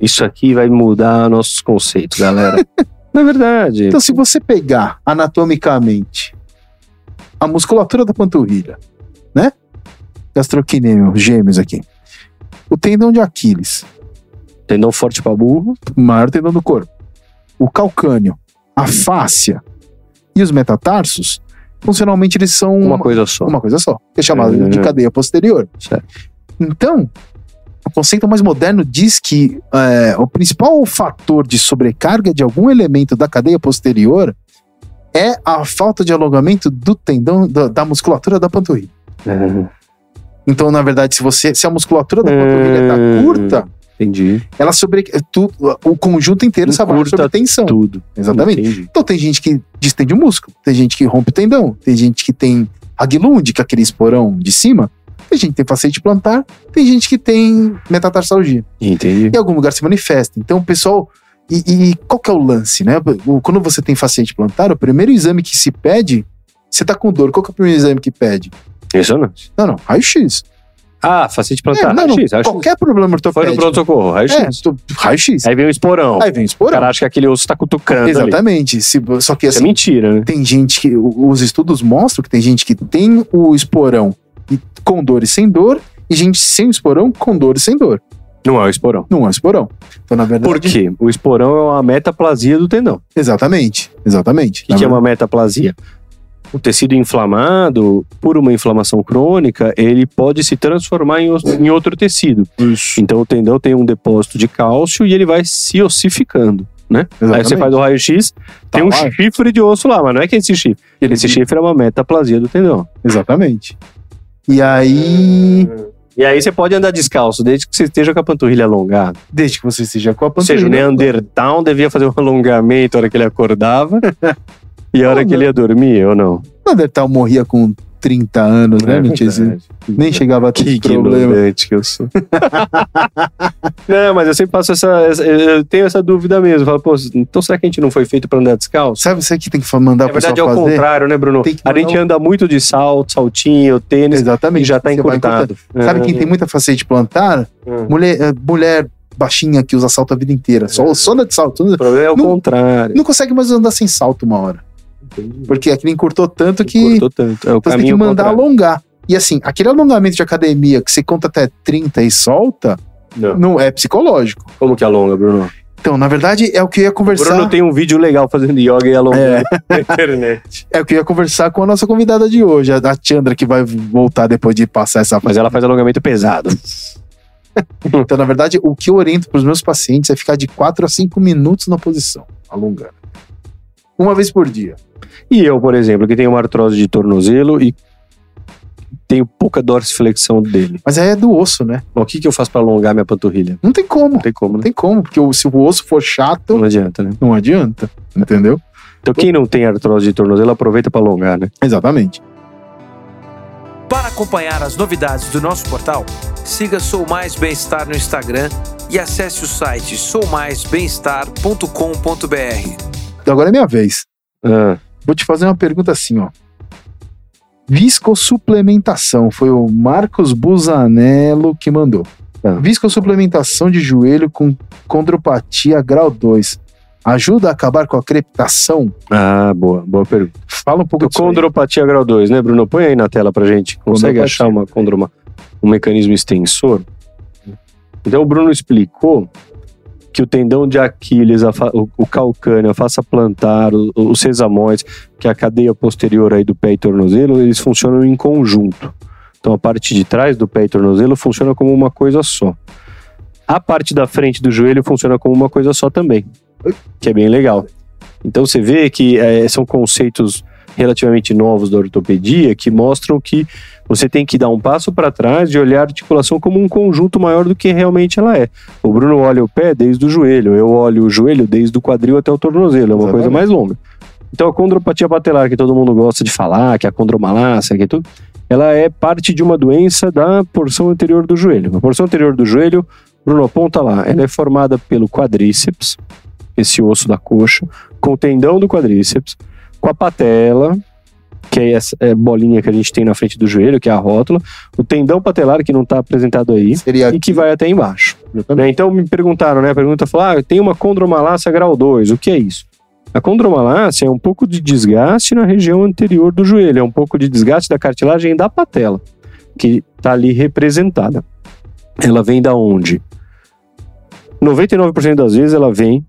Speaker 3: Isso aqui vai mudar nossos conceitos, galera. Na é verdade.
Speaker 2: Então, se você pegar anatomicamente a musculatura da panturrilha, né? Gastrocnêmio, gêmeos aqui. O tendão de Aquiles,
Speaker 3: Tendão forte pra burro.
Speaker 2: o maior tendão do corpo. O calcânio, a fáscia e os metatarsos, funcionalmente eles são
Speaker 3: Uma,
Speaker 2: uma,
Speaker 3: coisa só.
Speaker 2: uma coisa só, que é chamada
Speaker 3: É.
Speaker 2: de cadeia posterior.
Speaker 3: Certo.
Speaker 2: Então, o conceito mais moderno diz que é, o principal fator de sobrecarga de algum elemento da cadeia posterior é a falta de alongamento do tendão, da, da musculatura da panturrilha.
Speaker 3: É,
Speaker 2: Então, na verdade, se você se a musculatura da panturrilha está
Speaker 3: Hum.
Speaker 2: curta,
Speaker 3: entendi.
Speaker 2: ela sobre tu- o conjunto inteiro está
Speaker 3: Encurta
Speaker 2: sob tensão.
Speaker 3: Tudo.
Speaker 2: Exatamente.
Speaker 3: Entendi.
Speaker 2: Então tem gente que distende o músculo, tem gente que rompe o tendão, tem gente que tem aguilunde, que é aquele esporão de cima, tem gente que tem facete plantar, tem gente que tem metatarsalgia.
Speaker 3: Entendi.
Speaker 2: Em algum lugar se manifesta. Então o pessoal. E, e qual que é o lance, né? O- Quando você tem facete plantar, o primeiro exame que se pede, você tá com dor. Qual que é o primeiro exame que pede?
Speaker 3: Impressionante.
Speaker 2: Não, não, raio-x.
Speaker 3: Ah, facete
Speaker 2: É,
Speaker 3: plantar.
Speaker 2: não, não,
Speaker 3: raio-x, raio-x.
Speaker 2: qualquer problema
Speaker 3: Foi no
Speaker 2: ortopédico.
Speaker 3: pronto-socorro.
Speaker 2: É,
Speaker 3: Raio-x.
Speaker 2: tu- raio-x.
Speaker 3: Aí vem o esporão.
Speaker 2: Aí vem o
Speaker 3: O
Speaker 2: esporão.
Speaker 3: cara acha que aquele osso tá cutucando ali.
Speaker 2: Exatamente. Se, só que
Speaker 3: Isso é
Speaker 2: assim,
Speaker 3: mentira, né?
Speaker 2: tem gente que o- os estudos mostram que tem gente que tem o esporão e com dor e sem dor e gente sem o esporão com dor e sem dor.
Speaker 3: Não é o esporão.
Speaker 2: Não é o esporão. Então na verdade,
Speaker 3: Por quê? O esporão é uma metaplasia do tendão.
Speaker 2: exatamente, exatamente.
Speaker 3: O que,
Speaker 2: Na
Speaker 3: que é
Speaker 2: verdade-
Speaker 3: uma metaplasia? O tecido inflamado, por uma inflamação crônica, ele pode se transformar em, os- em outro tecido. Então o tendão tem um depósito de cálcio e ele vai se ossificando. Aí você
Speaker 2: Exatamente. Tá
Speaker 3: faz o raio-x, tem um
Speaker 2: lá.
Speaker 3: chifre de osso lá, mas não é que é esse chifre. um- Esse chifre é uma metaplasia do tendão.
Speaker 2: Exatamente. E aí
Speaker 3: E E aí você pode andar descalço, desde que você esteja com a panturrilha alongada.
Speaker 2: Desde que você esteja com a
Speaker 3: Ou seja, o
Speaker 2: panturrilha.
Speaker 3: Neandertal devia fazer um alongamento a hora que ele acordava e a hora que ele ia dormir, ou não?
Speaker 2: O Neandertal morria com 30 anos, né,
Speaker 3: É
Speaker 2: Mitizinho?
Speaker 3: verdade.
Speaker 2: Nem chegava a ter
Speaker 3: Que
Speaker 2: esse problema.
Speaker 3: ignorante que eu sou. não, mas eu sempre passo essa, essa- Eu tenho essa dúvida mesmo. Eu falo, pô, então será que a gente não foi feito pra andar descalço?
Speaker 2: Sabe você que tem que fa- mandar
Speaker 3: Na
Speaker 2: o pessoal
Speaker 3: verdade é o
Speaker 2: fazer?
Speaker 3: contrário, né, Bruno?
Speaker 2: Tem que
Speaker 3: A
Speaker 2: mandar
Speaker 3: gente
Speaker 2: um-
Speaker 3: anda muito de salto, saltinho, tênis,
Speaker 2: Exatamente.
Speaker 3: e já tá
Speaker 2: Você vai
Speaker 3: encurtado. É,
Speaker 2: encurtando. Sabe quem tem muita facete de plantar?
Speaker 3: Hum.
Speaker 2: Mulher, eh, mulher baixinha que usa salto a vida inteira.
Speaker 3: É.
Speaker 2: Só, só anda de salto.
Speaker 3: O problema é o
Speaker 2: Não-
Speaker 3: contrário.
Speaker 2: Não consegue mais andar sem salto uma hora. Porque é aquilo encurtou tanto que
Speaker 3: Cortou tanto. É o
Speaker 2: você tem que
Speaker 3: caminho
Speaker 2: mandar
Speaker 3: contrário.
Speaker 2: alongar. E assim, aquele alongamento de academia que você conta até 30 e solta,
Speaker 3: Não.
Speaker 2: não é psicológico.
Speaker 3: Como que alonga, Bruno?
Speaker 2: Então, na verdade, é o que eu ia conversar.
Speaker 3: Bruno tem um vídeo legal fazendo yoga e alongando na internet.
Speaker 2: É o que eu ia conversar com a nossa convidada de hoje, a a Chandra, que vai voltar depois de passar essa
Speaker 3: Mas é um- ela faz alongamento pesado.
Speaker 2: Então, na verdade, o que eu oriento para os meus pacientes é ficar de 4 a 5 minutos na posição, alongando. Uma vez por dia.
Speaker 3: E eu, por exemplo, que tenho uma artrose de tornozelo e tenho pouca dorsiflexão dele.
Speaker 2: Mas aí é do osso, né?
Speaker 3: Bom, o que, que eu faço pra alongar minha panturrilha?
Speaker 2: Não tem como.
Speaker 3: Não tem como,
Speaker 2: Não
Speaker 3: né?
Speaker 2: tem como, porque o- se o osso for chato,
Speaker 3: Não adianta, né?
Speaker 2: não adianta. Entendeu?
Speaker 3: Então quem não tem artrose de tornozelo, aproveita pra alongar, né?
Speaker 2: Exatamente.
Speaker 4: Para acompanhar as novidades do nosso portal, siga Sou Mais Bem-Estar no Instagram e acesse o site soumaisbemestar.com.br.
Speaker 2: Então, agora é minha vez.
Speaker 3: Ah,
Speaker 2: Vou te fazer uma pergunta assim, ó. Viscosuplementação. Foi o Marcos Busanello que mandou.
Speaker 3: Ah.
Speaker 2: Viscosuplementação de joelho com condropatia grau 2. Ajuda a acabar com a crepitação?
Speaker 3: ah, boa, boa pergunta.
Speaker 2: Fala um pouco disso aí.
Speaker 3: Condropatia grau 2, né, Bruno? Põe aí na tela pra gente. Consegue
Speaker 2: Condropatia.
Speaker 3: achar uma condroma, um mecanismo extensor? Então o Bruno explicou que o tendão de Aquiles, a fa- o, o calcâneo, a faça plantar, o- os sesamoides, que é a cadeia posterior aí do pé e tornozelo, eles funcionam em conjunto. Então a parte de trás do pé e tornozelo funciona como uma coisa só. A parte da frente do joelho funciona como uma coisa só também, que é bem legal. Então você vê que eh, são conceitos relativamente novos da ortopedia que mostram que você tem que dar um passo para trás e olhar a articulação como um conjunto maior do que realmente ela é. O Bruno olha o pé desde o joelho, eu olho o joelho desde o quadril até o tornozelo, é uma coisa
Speaker 2: Exatamente.
Speaker 3: mais longa. Então a condropatia batelar, que todo mundo gosta de falar, que é a condromalácia, que é tudo, ela é parte de uma doença da porção anterior do joelho. A porção anterior do joelho, Bruno, aponta lá, ela é formada pelo quadríceps, esse osso da coxa, com o tendão do quadríceps, com a patela, que é essa é, bolinha que a gente tem na frente do joelho, que é a rótula, o tendão patelar, que não está apresentado aí,
Speaker 2: Seria
Speaker 3: e que vai até embaixo.
Speaker 2: Exatamente.
Speaker 3: Né, Então me perguntaram, né? A pergunta falou: ah, tem uma condromalácia grau 2, o que é isso? A condromalácia é um pouco de desgaste na região anterior do joelho, é um pouco de desgaste da cartilagem da patela, que está ali representada. Ela vem da onde? 99% das vezes ela vem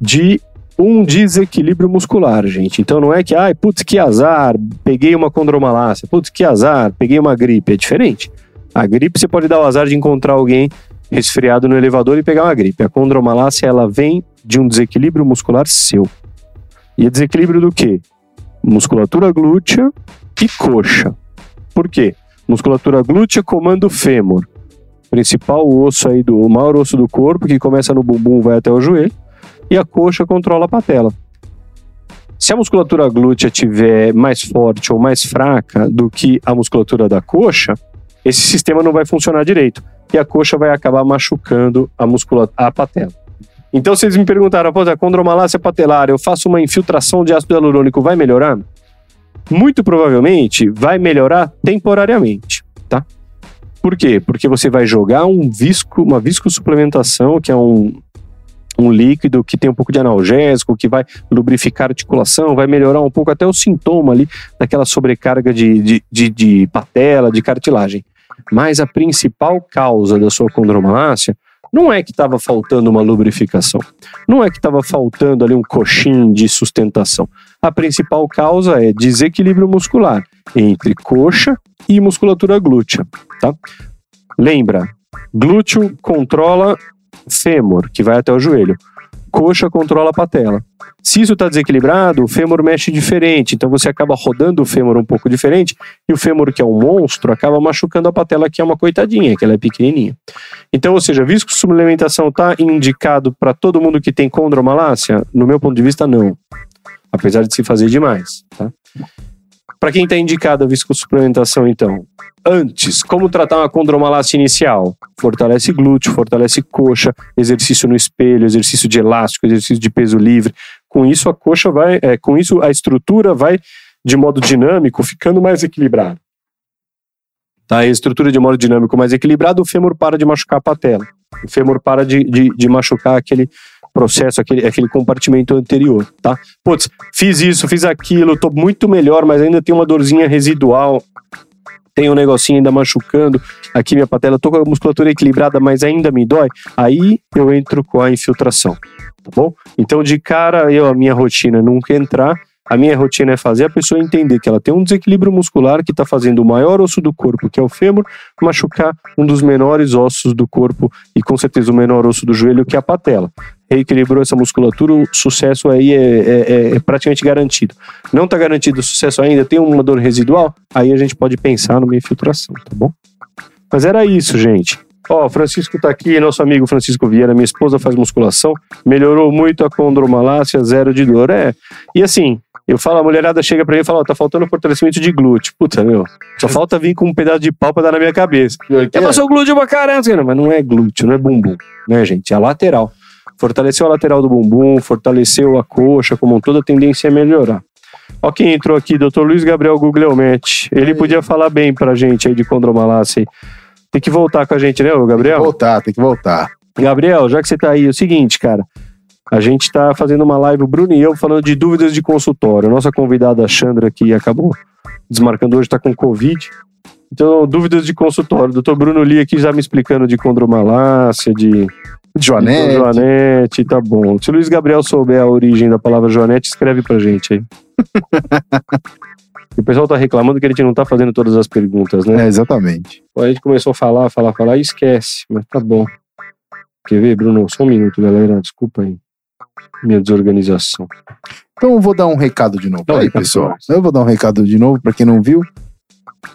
Speaker 3: de um desequilíbrio muscular, gente. Então não é que, ai, putz, que azar, peguei uma condromalácia, putz, que azar, peguei uma gripe. É diferente. A gripe você pode dar o azar de encontrar alguém resfriado no elevador e pegar uma gripe. A condromalácia, ela vem de um desequilíbrio muscular seu. E é desequilíbrio do quê? Musculatura glútea e coxa. Por quê? Musculatura glútea comanda o fêmur. Principal osso aí do o maior osso do corpo, que começa no bumbum, vai até o joelho, e a coxa controla a patela. Se a musculatura glútea tiver mais forte ou mais fraca do que a musculatura da coxa, esse sistema não vai funcionar direito e a coxa vai acabar machucando a musculatura, a patela. Então vocês me perguntaram, pô, a condromalácia patelar, eu faço uma infiltração de ácido hialurônico, vai melhorar? Muito provavelmente vai melhorar temporariamente, tá? Por quê? Porque você vai jogar um visco, uma viscosuplementação, que é um, um líquido que tem um pouco de analgésico, que vai lubrificar a articulação, vai melhorar um pouco até o sintoma ali daquela sobrecarga de- de, de, de patela, de cartilagem mas a principal causa da sua condromalácia não é que estava faltando uma lubrificação, não é que estava faltando ali um coxim de sustentação. A principal causa é desequilíbrio muscular entre coxa e musculatura glútea, tá? Lembra, glúteo controla fêmur, que vai até o joelho. coxa controla a patela. Se isso está desequilibrado, o fêmur mexe diferente, então você acaba rodando o fêmur um pouco diferente, e o fêmur, que é um monstro, acaba machucando a patela, que é uma coitadinha, que ela é pequenininha. Então, ou seja, visto que suplementação está indicado para todo mundo que tem condromalácia, no meu ponto de vista, não. Apesar de se fazer demais, tá? Para quem está indicado a viscosuplementação, então, antes, como tratar uma condromalácia inicial? Fortalece glúteo, fortalece coxa, exercício no espelho, exercício de elástico, exercício de peso livre. Com isso, a coxa vai, é, com isso, a estrutura vai, de modo dinâmico, ficando mais equilibrada. Tá? A estrutura de modo dinâmico mais equilibrada, o fêmur para de machucar a patela. O fêmur para de, de, de machucar aquele processo, aquele, aquele compartimento anterior, tá? Putz, fiz isso, fiz aquilo, tô muito melhor, mas ainda tem uma dorzinha residual, tem um negocinho ainda machucando aqui minha patela, tô com a musculatura equilibrada, mas ainda me dói, aí eu entro com a infiltração, tá bom? Então, de cara, eu, a minha rotina é nunca entrar, a minha rotina é fazer a pessoa entender que ela tem um desequilíbrio muscular que está fazendo o maior osso do corpo, que é o fêmur, machucar um dos menores ossos do corpo e com certeza o menor osso do joelho, que é a patela reequilibrou essa musculatura, o sucesso aí é, é- é praticamente garantido. Não está garantido o sucesso ainda, tem uma dor residual, aí a gente pode pensar numa infiltração, tá bom? Mas era isso, gente. Ó, o Francisco tá aqui, nosso amigo Francisco Vieira, minha esposa faz musculação, melhorou muito a condromalácia, zero de dor. É, e assim, eu falo, a mulherada chega pra mim e fala, ó, tá faltando fortalecimento de glúteo. Puta, meu, só falta vir com um pedaço de pau pra dar na minha cabeça. É, mas o glúteo é uma caramba, mas não é glúteo, não é bumbum, né, gente? É a lateral. Fortaleceu a lateral do bumbum, fortaleceu a coxa, como um todo, a tendência é melhorar. Ó quem entrou aqui, Dr. Luiz Gabriel Guglielmetti. Ele podia falar bem pra gente aí de condromalácia. aí. Tem que voltar com a gente, né, ô Gabriel?
Speaker 2: Voltar, tem que voltar.
Speaker 3: Gabriel, já que você tá aí, é o seguinte, cara. A gente tá fazendo uma live, o Bruno e eu, falando de dúvidas de consultório. Nossa convidada Chandra, que acabou desmarcando hoje, tá com Covid. Então, dúvidas de consultório. Doutor Bruno Lee aqui já me explicando de condromalácia, de
Speaker 2: Joanete,
Speaker 3: de Joanete, tá bom. Se o Luiz Gabriel souber a origem da palavra Joanete, escreve pra gente aí. o pessoal tá reclamando que a gente não tá fazendo todas as perguntas, né?
Speaker 2: É, exatamente.
Speaker 3: Pô, A gente começou a falar, falar, falar e esquece, mas tá bom. Quer ver, Bruno? Só um minuto, galera. Desculpa aí. Minha desorganização.
Speaker 2: Então eu vou dar um recado de novo.
Speaker 3: Dá um
Speaker 2: Aí,
Speaker 3: recado
Speaker 2: pessoal.
Speaker 3: pra nós.
Speaker 2: Eu vou dar um recado de novo para quem não viu.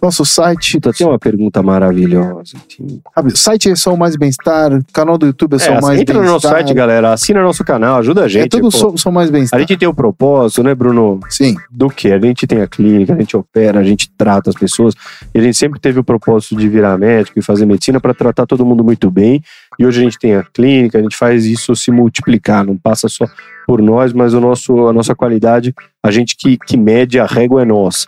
Speaker 2: Nosso site,
Speaker 3: Puta, tem uma pergunta maravilhosa. aqui.
Speaker 2: sabe, o site é só o mais bem-estar, canal do YouTube é só
Speaker 3: É,
Speaker 2: o mais
Speaker 3: entra
Speaker 2: bem-estar.
Speaker 3: no nosso site, galera. Assina nosso canal, ajuda a gente.
Speaker 2: É tudo
Speaker 3: pô.
Speaker 2: só, só o mais
Speaker 3: A
Speaker 2: bem-estar.
Speaker 3: gente tem o propósito, né, Bruno?
Speaker 2: Sim,
Speaker 3: do que? A gente tem a clínica, a gente opera, a gente trata as pessoas. E a gente sempre teve o propósito de virar médico e fazer medicina para tratar todo mundo muito bem. E hoje a gente tem a clínica, a gente faz isso se multiplicar, não passa só por nós, mas o nosso, a nossa qualidade, a gente que, que mede a régua é nossa.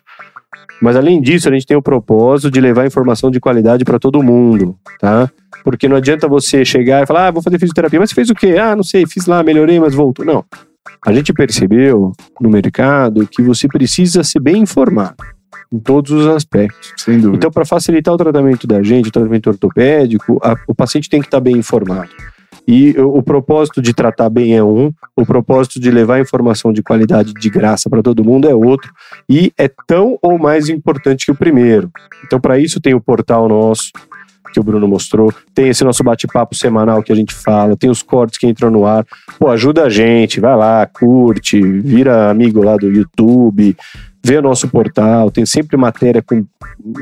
Speaker 3: Mas além disso, a gente tem o propósito de levar informação de qualidade para todo mundo, tá? Porque não adianta você chegar e falar, ah, vou fazer fisioterapia, mas você fez o quê? Ah, não sei, fiz lá, melhorei, mas voltou. Não. A gente percebeu no mercado que você precisa ser bem informado em todos os aspectos.
Speaker 2: sem dúvida.
Speaker 3: Então, para facilitar o tratamento da gente, o tratamento ortopédico, a- o paciente tem que estar bem informado. E o, o propósito de tratar bem é um, o propósito de levar informação de qualidade de graça para todo mundo é outro, e é tão ou mais importante que o primeiro. Então, para isso, tem o portal nosso, que o Bruno mostrou, tem esse nosso bate-papo semanal que a gente fala, tem os cortes que entram no ar. Pô, ajuda a gente, vai lá, curte, vira amigo lá do YouTube, vê o nosso portal, tem sempre matéria com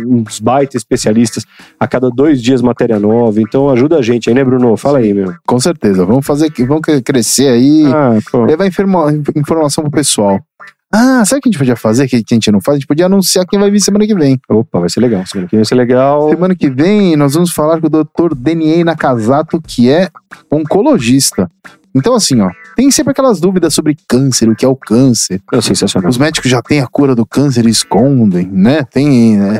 Speaker 3: uns baita especialistas, a cada dois dias matéria nova, então ajuda a gente aí, né, Bruno? Fala aí, meu.
Speaker 2: Com certeza. Vamos fazer, que- vamos cre- crescer aí,
Speaker 3: Ah, pô.
Speaker 2: levar informa- informação pro pessoal. Ah, sabe o que a gente podia fazer, que que a gente não faz? A gente podia anunciar quem vai vir semana que vem.
Speaker 3: Opa, vai ser legal. Semana que vem vai ser legal.
Speaker 2: Semana que vem nós vamos falar com o Dr. Denier Nakazato, que é oncologista. Então, assim, ó, tem sempre aquelas dúvidas sobre câncer, o que é o câncer.
Speaker 3: É sensacional.
Speaker 2: Os médicos já têm a cura do câncer e escondem, né? Tem né?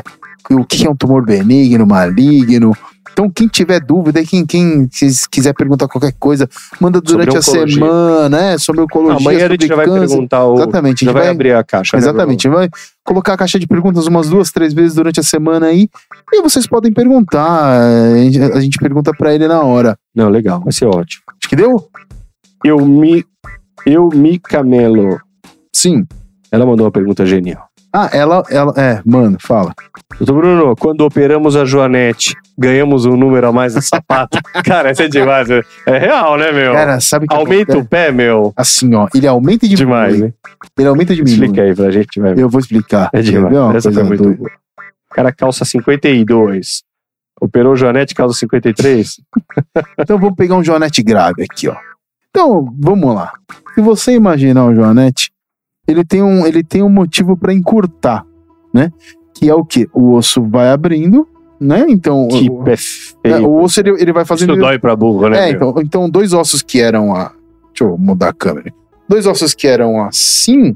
Speaker 2: o que é um tumor benigno, maligno. Então, quem tiver dúvida, e quem, quem se quiser perguntar qualquer coisa, manda
Speaker 3: Sobre
Speaker 2: durante a
Speaker 3: oncologia.
Speaker 2: semana, né? Sobre oncologia,
Speaker 3: Amanhã a
Speaker 2: sobre
Speaker 3: gente já vai
Speaker 2: câncer.
Speaker 3: perguntar o.
Speaker 2: Exatamente, a
Speaker 3: Já
Speaker 2: gente
Speaker 3: vai
Speaker 2: vai
Speaker 3: abrir a caixa. né, Bruno?
Speaker 2: Exatamente. Vai colocar a caixa de perguntas umas duas, três vezes durante a semana aí. E vocês podem perguntar. eh, A gente- A gente pergunta pra ele na hora.
Speaker 3: Não, legal, vai ser ótimo.
Speaker 2: Acho que deu?
Speaker 3: Eu me. Eu me camelo.
Speaker 2: Sim.
Speaker 3: Ela mandou uma pergunta genial.
Speaker 2: Ah, ela, ela. É, mano, fala.
Speaker 3: Doutor Bruno, quando operamos a Joanete, ganhamos um número a mais no sapato. Cara, essa é demais. né? É real, né, meu?
Speaker 2: Cara, sabe que
Speaker 3: Aumenta
Speaker 2: acontece?
Speaker 3: o pé, meu.
Speaker 2: Assim, ó, ele aumenta e diminui.
Speaker 3: Demais, né?
Speaker 2: Ele aumenta e diminui.
Speaker 3: Explica aí pra gente, vai.
Speaker 2: Eu vou explicar.
Speaker 3: É demais.
Speaker 2: Quer ver uma
Speaker 3: Essa foi
Speaker 2: coisa
Speaker 3: muito
Speaker 2: do-
Speaker 3: boa. O cara calça 52. Operou Joanete, calça 53.
Speaker 2: Então vamos pegar um Joanete grave aqui, ó. Então, vamos lá. Se você imaginar o Joanete, ele tem um, ele tem um motivo para encurtar, né? Que é o quê? O osso vai abrindo, né? Então,
Speaker 3: Que
Speaker 2: o,
Speaker 3: pé
Speaker 2: é,
Speaker 3: feio.
Speaker 2: o osso ele, ele vai
Speaker 3: Isso
Speaker 2: fazendo.
Speaker 3: dói pra burro, né?
Speaker 2: é,
Speaker 3: meu?
Speaker 2: então, então, dois ossos que eram a. Deixa eu mudar a câmera. Dois ossos que eram assim,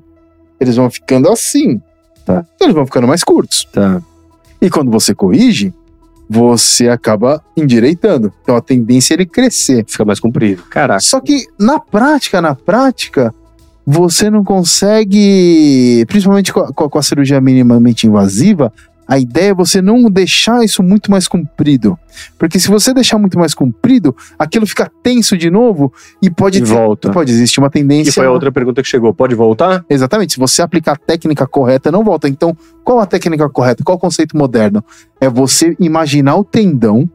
Speaker 2: eles vão ficando assim.
Speaker 3: Tá.
Speaker 2: Então, eles vão ficando mais curtos.
Speaker 3: Tá.
Speaker 2: E quando você corrige, você acaba endireitando. Então a tendência é ele crescer.
Speaker 3: Fica mais comprido. Caraca.
Speaker 2: Só que na prática, na prática, você não consegue, principalmente com a, com a- com a cirurgia minimamente invasiva, a ideia é você não deixar isso muito mais comprido. Porque se você deixar muito mais comprido, aquilo fica tenso de novo e pode
Speaker 3: De
Speaker 2: ter-
Speaker 3: volta.
Speaker 2: pode existir uma
Speaker 3: E
Speaker 2: tendência.
Speaker 3: foi a outra pergunta que chegou. Pode voltar?
Speaker 2: Exatamente, se você aplicar a técnica correta, não volta. Então, qual a técnica correta? Qual o conceito moderno? É você imaginar o tendão,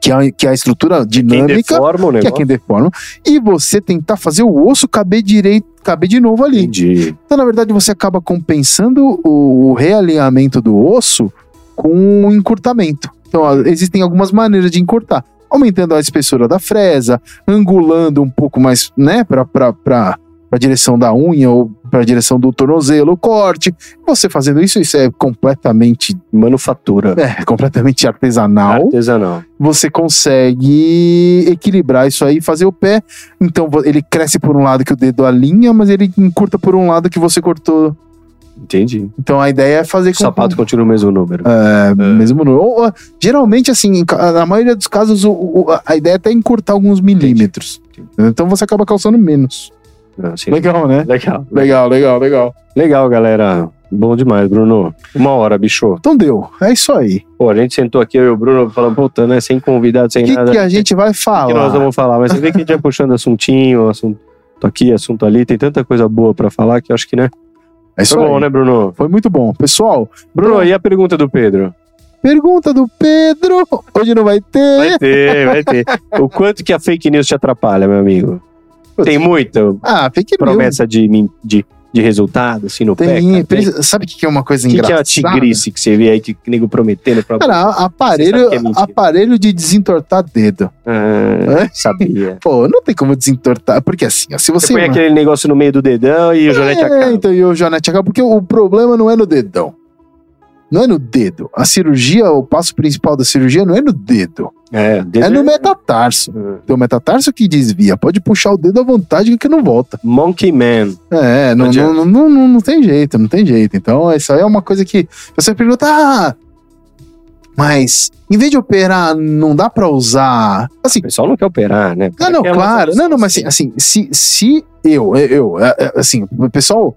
Speaker 2: que é, a- que é a estrutura
Speaker 3: Quem
Speaker 2: dinâmica,
Speaker 3: deforma o
Speaker 2: que
Speaker 3: negócio.
Speaker 2: é quem deforma, e você tentar fazer o osso caber direito, caber de novo ali.
Speaker 3: Entendi.
Speaker 2: Então, na verdade, você acaba compensando o, o realinhamento do osso com o encurtamento. Então, ó, existem algumas maneiras de encurtar. Aumentando a espessura da fresa, angulando um pouco mais, né, pra, pra, pra, pra direção da unha ou pra direção do tornozelo, o corte. Você fazendo isso, isso é completamente,
Speaker 3: Manufatura.
Speaker 2: é, completamente artesanal
Speaker 3: Artesanal.
Speaker 2: você consegue equilibrar isso aí, fazer o pé. Então vo- ele cresce por um lado que o dedo alinha, mas ele encurta por um lado que você cortou.
Speaker 3: Entendi.
Speaker 2: Então a ideia é fazer
Speaker 3: O sapato continua o mesmo número.
Speaker 2: é, mesmo no. ou- ou- geralmente, assim, em ca- na maioria dos casos, o- o- a- a ideia é até encurtar alguns milímetros. Então você acaba calçando menos.
Speaker 3: Não, assim,
Speaker 2: Legal, né?
Speaker 3: Legal.
Speaker 2: Legal, legal, legal.
Speaker 3: Legal, galera. Bom demais, Bruno. Uma hora, bicho.
Speaker 2: Então deu. É isso aí.
Speaker 3: Pô, a gente sentou aqui, eu e o Bruno, falando, puta, né? Sem convidado,
Speaker 2: O
Speaker 3: sem
Speaker 2: que,
Speaker 3: nada.
Speaker 2: que é a gente vai
Speaker 3: que
Speaker 2: falar?
Speaker 3: nós vamos falar, mas você vê que a gente vai puxando assuntinho, assunto aqui, assunto ali, tem tanta coisa boa pra falar que eu acho que, né?
Speaker 2: É isso
Speaker 3: Foi bom,
Speaker 2: aí.
Speaker 3: né, Bruno?
Speaker 2: Foi muito bom. Pessoal,
Speaker 3: Bruno, e a pergunta do Pedro?
Speaker 2: pergunta do Pedro. Hoje não vai ter.
Speaker 3: Vai ter, vai ter. O quanto que a fake news te atrapalha, meu amigo? Tem muita
Speaker 2: Ah, fake news.
Speaker 3: promessa de, min- de, de resultado, assim, no pé,
Speaker 2: Tem,
Speaker 3: cara? Tem.
Speaker 2: precisa- sabe o que, que é uma coisa
Speaker 3: O que, que é
Speaker 2: engraçada?
Speaker 3: a tigrice que você vê aí, que que nego prometendo pra...
Speaker 2: Cara,
Speaker 3: Você
Speaker 2: aparelho,
Speaker 3: sabe que é mentira.
Speaker 2: aparelho de desentortar dedo. né?
Speaker 3: Ah, sabia.
Speaker 2: Pô, não tem como desentortar. Porque assim, ó, se
Speaker 3: Você
Speaker 2: você.
Speaker 3: põe aquele negócio no meio do dedão e o Jonete
Speaker 2: é,
Speaker 3: acaba.
Speaker 2: então, e o Jonete acaba, porque o problema não é no dedão. Não é no dedo. A cirurgia, o passo principal da cirurgia não é no dedo.
Speaker 3: É, dedo
Speaker 2: É no
Speaker 3: é-
Speaker 2: metatarso.
Speaker 3: Ah.
Speaker 2: Tem o metatarso que desvia. Pode puxar o dedo à vontade que não volta.
Speaker 3: Monkey Man.
Speaker 2: É, não,
Speaker 3: adianta.
Speaker 2: não, não, não, não- não tem jeito, não tem jeito. Então, isso aí é uma coisa que você pergunta, ah, mas em vez de operar, não dá pra usar. Assim,
Speaker 3: O pessoal não quer operar, né?
Speaker 2: Ah, não, não,
Speaker 3: Quer uma
Speaker 2: claro.
Speaker 3: solução
Speaker 2: Não, não, mas assim, assim, se, se eu, eu, é, é, assim, o pessoal,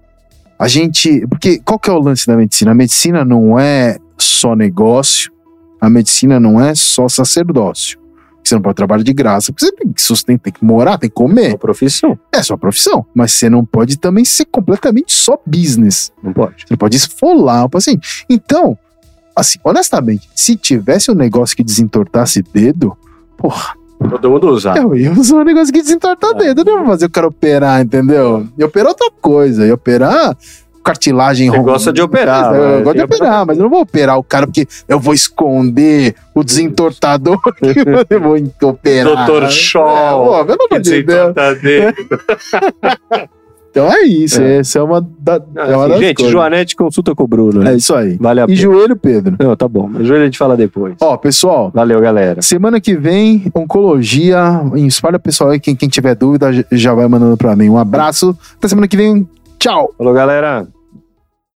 Speaker 2: a gente. Porque qual que é o lance da medicina? A medicina não é só negócio, a medicina não é só sacerdócio. Você não pode trabalhar de graça, porque você tem que sustentar, tem que morar, tem que
Speaker 3: É
Speaker 2: comer.
Speaker 3: uma profissão.
Speaker 2: É sua profissão, mas você não pode também ser completamente só business.
Speaker 3: Não pode.
Speaker 2: Você não pode esfolar o paciente. Então, assim, honestamente, se tivesse um negócio que desentortasse dedo, porra,
Speaker 3: Todo mundo usa.
Speaker 2: eu ia usar um negócio que desentorta
Speaker 3: Ah.
Speaker 2: dedo, não ia fazer o cara operar, entendeu? E operar outra coisa, e operar cartilagem
Speaker 3: Você
Speaker 2: rom-
Speaker 3: gosta de
Speaker 2: Eu,
Speaker 3: operar. mas
Speaker 2: gosto de
Speaker 3: tem que
Speaker 2: operar, mas eu não vou operar o cara porque eu vou esconder o desentortador que eu vou operar.
Speaker 3: Doutor Shaw.
Speaker 2: né? É, pô, pelo amor de Deus.
Speaker 3: Gente,
Speaker 2: Então é isso,
Speaker 3: É. assim,
Speaker 2: essa é uma, da, é uma das coisas.
Speaker 3: Joanete consulta com o Bruno. né?
Speaker 2: É isso aí.
Speaker 3: Vale a
Speaker 2: E
Speaker 3: pena.
Speaker 2: joelho, Pedro.
Speaker 3: Não, tá bom. Mas joelho a gente fala depois.
Speaker 2: Ó, pessoal,
Speaker 3: Valeu, galera.
Speaker 2: semana que vem, oncologia, espalha o pessoal aí, quem, quem tiver dúvida já vai mandando pra mim. Um abraço, até semana que vem, tchau!
Speaker 3: Falou, galera.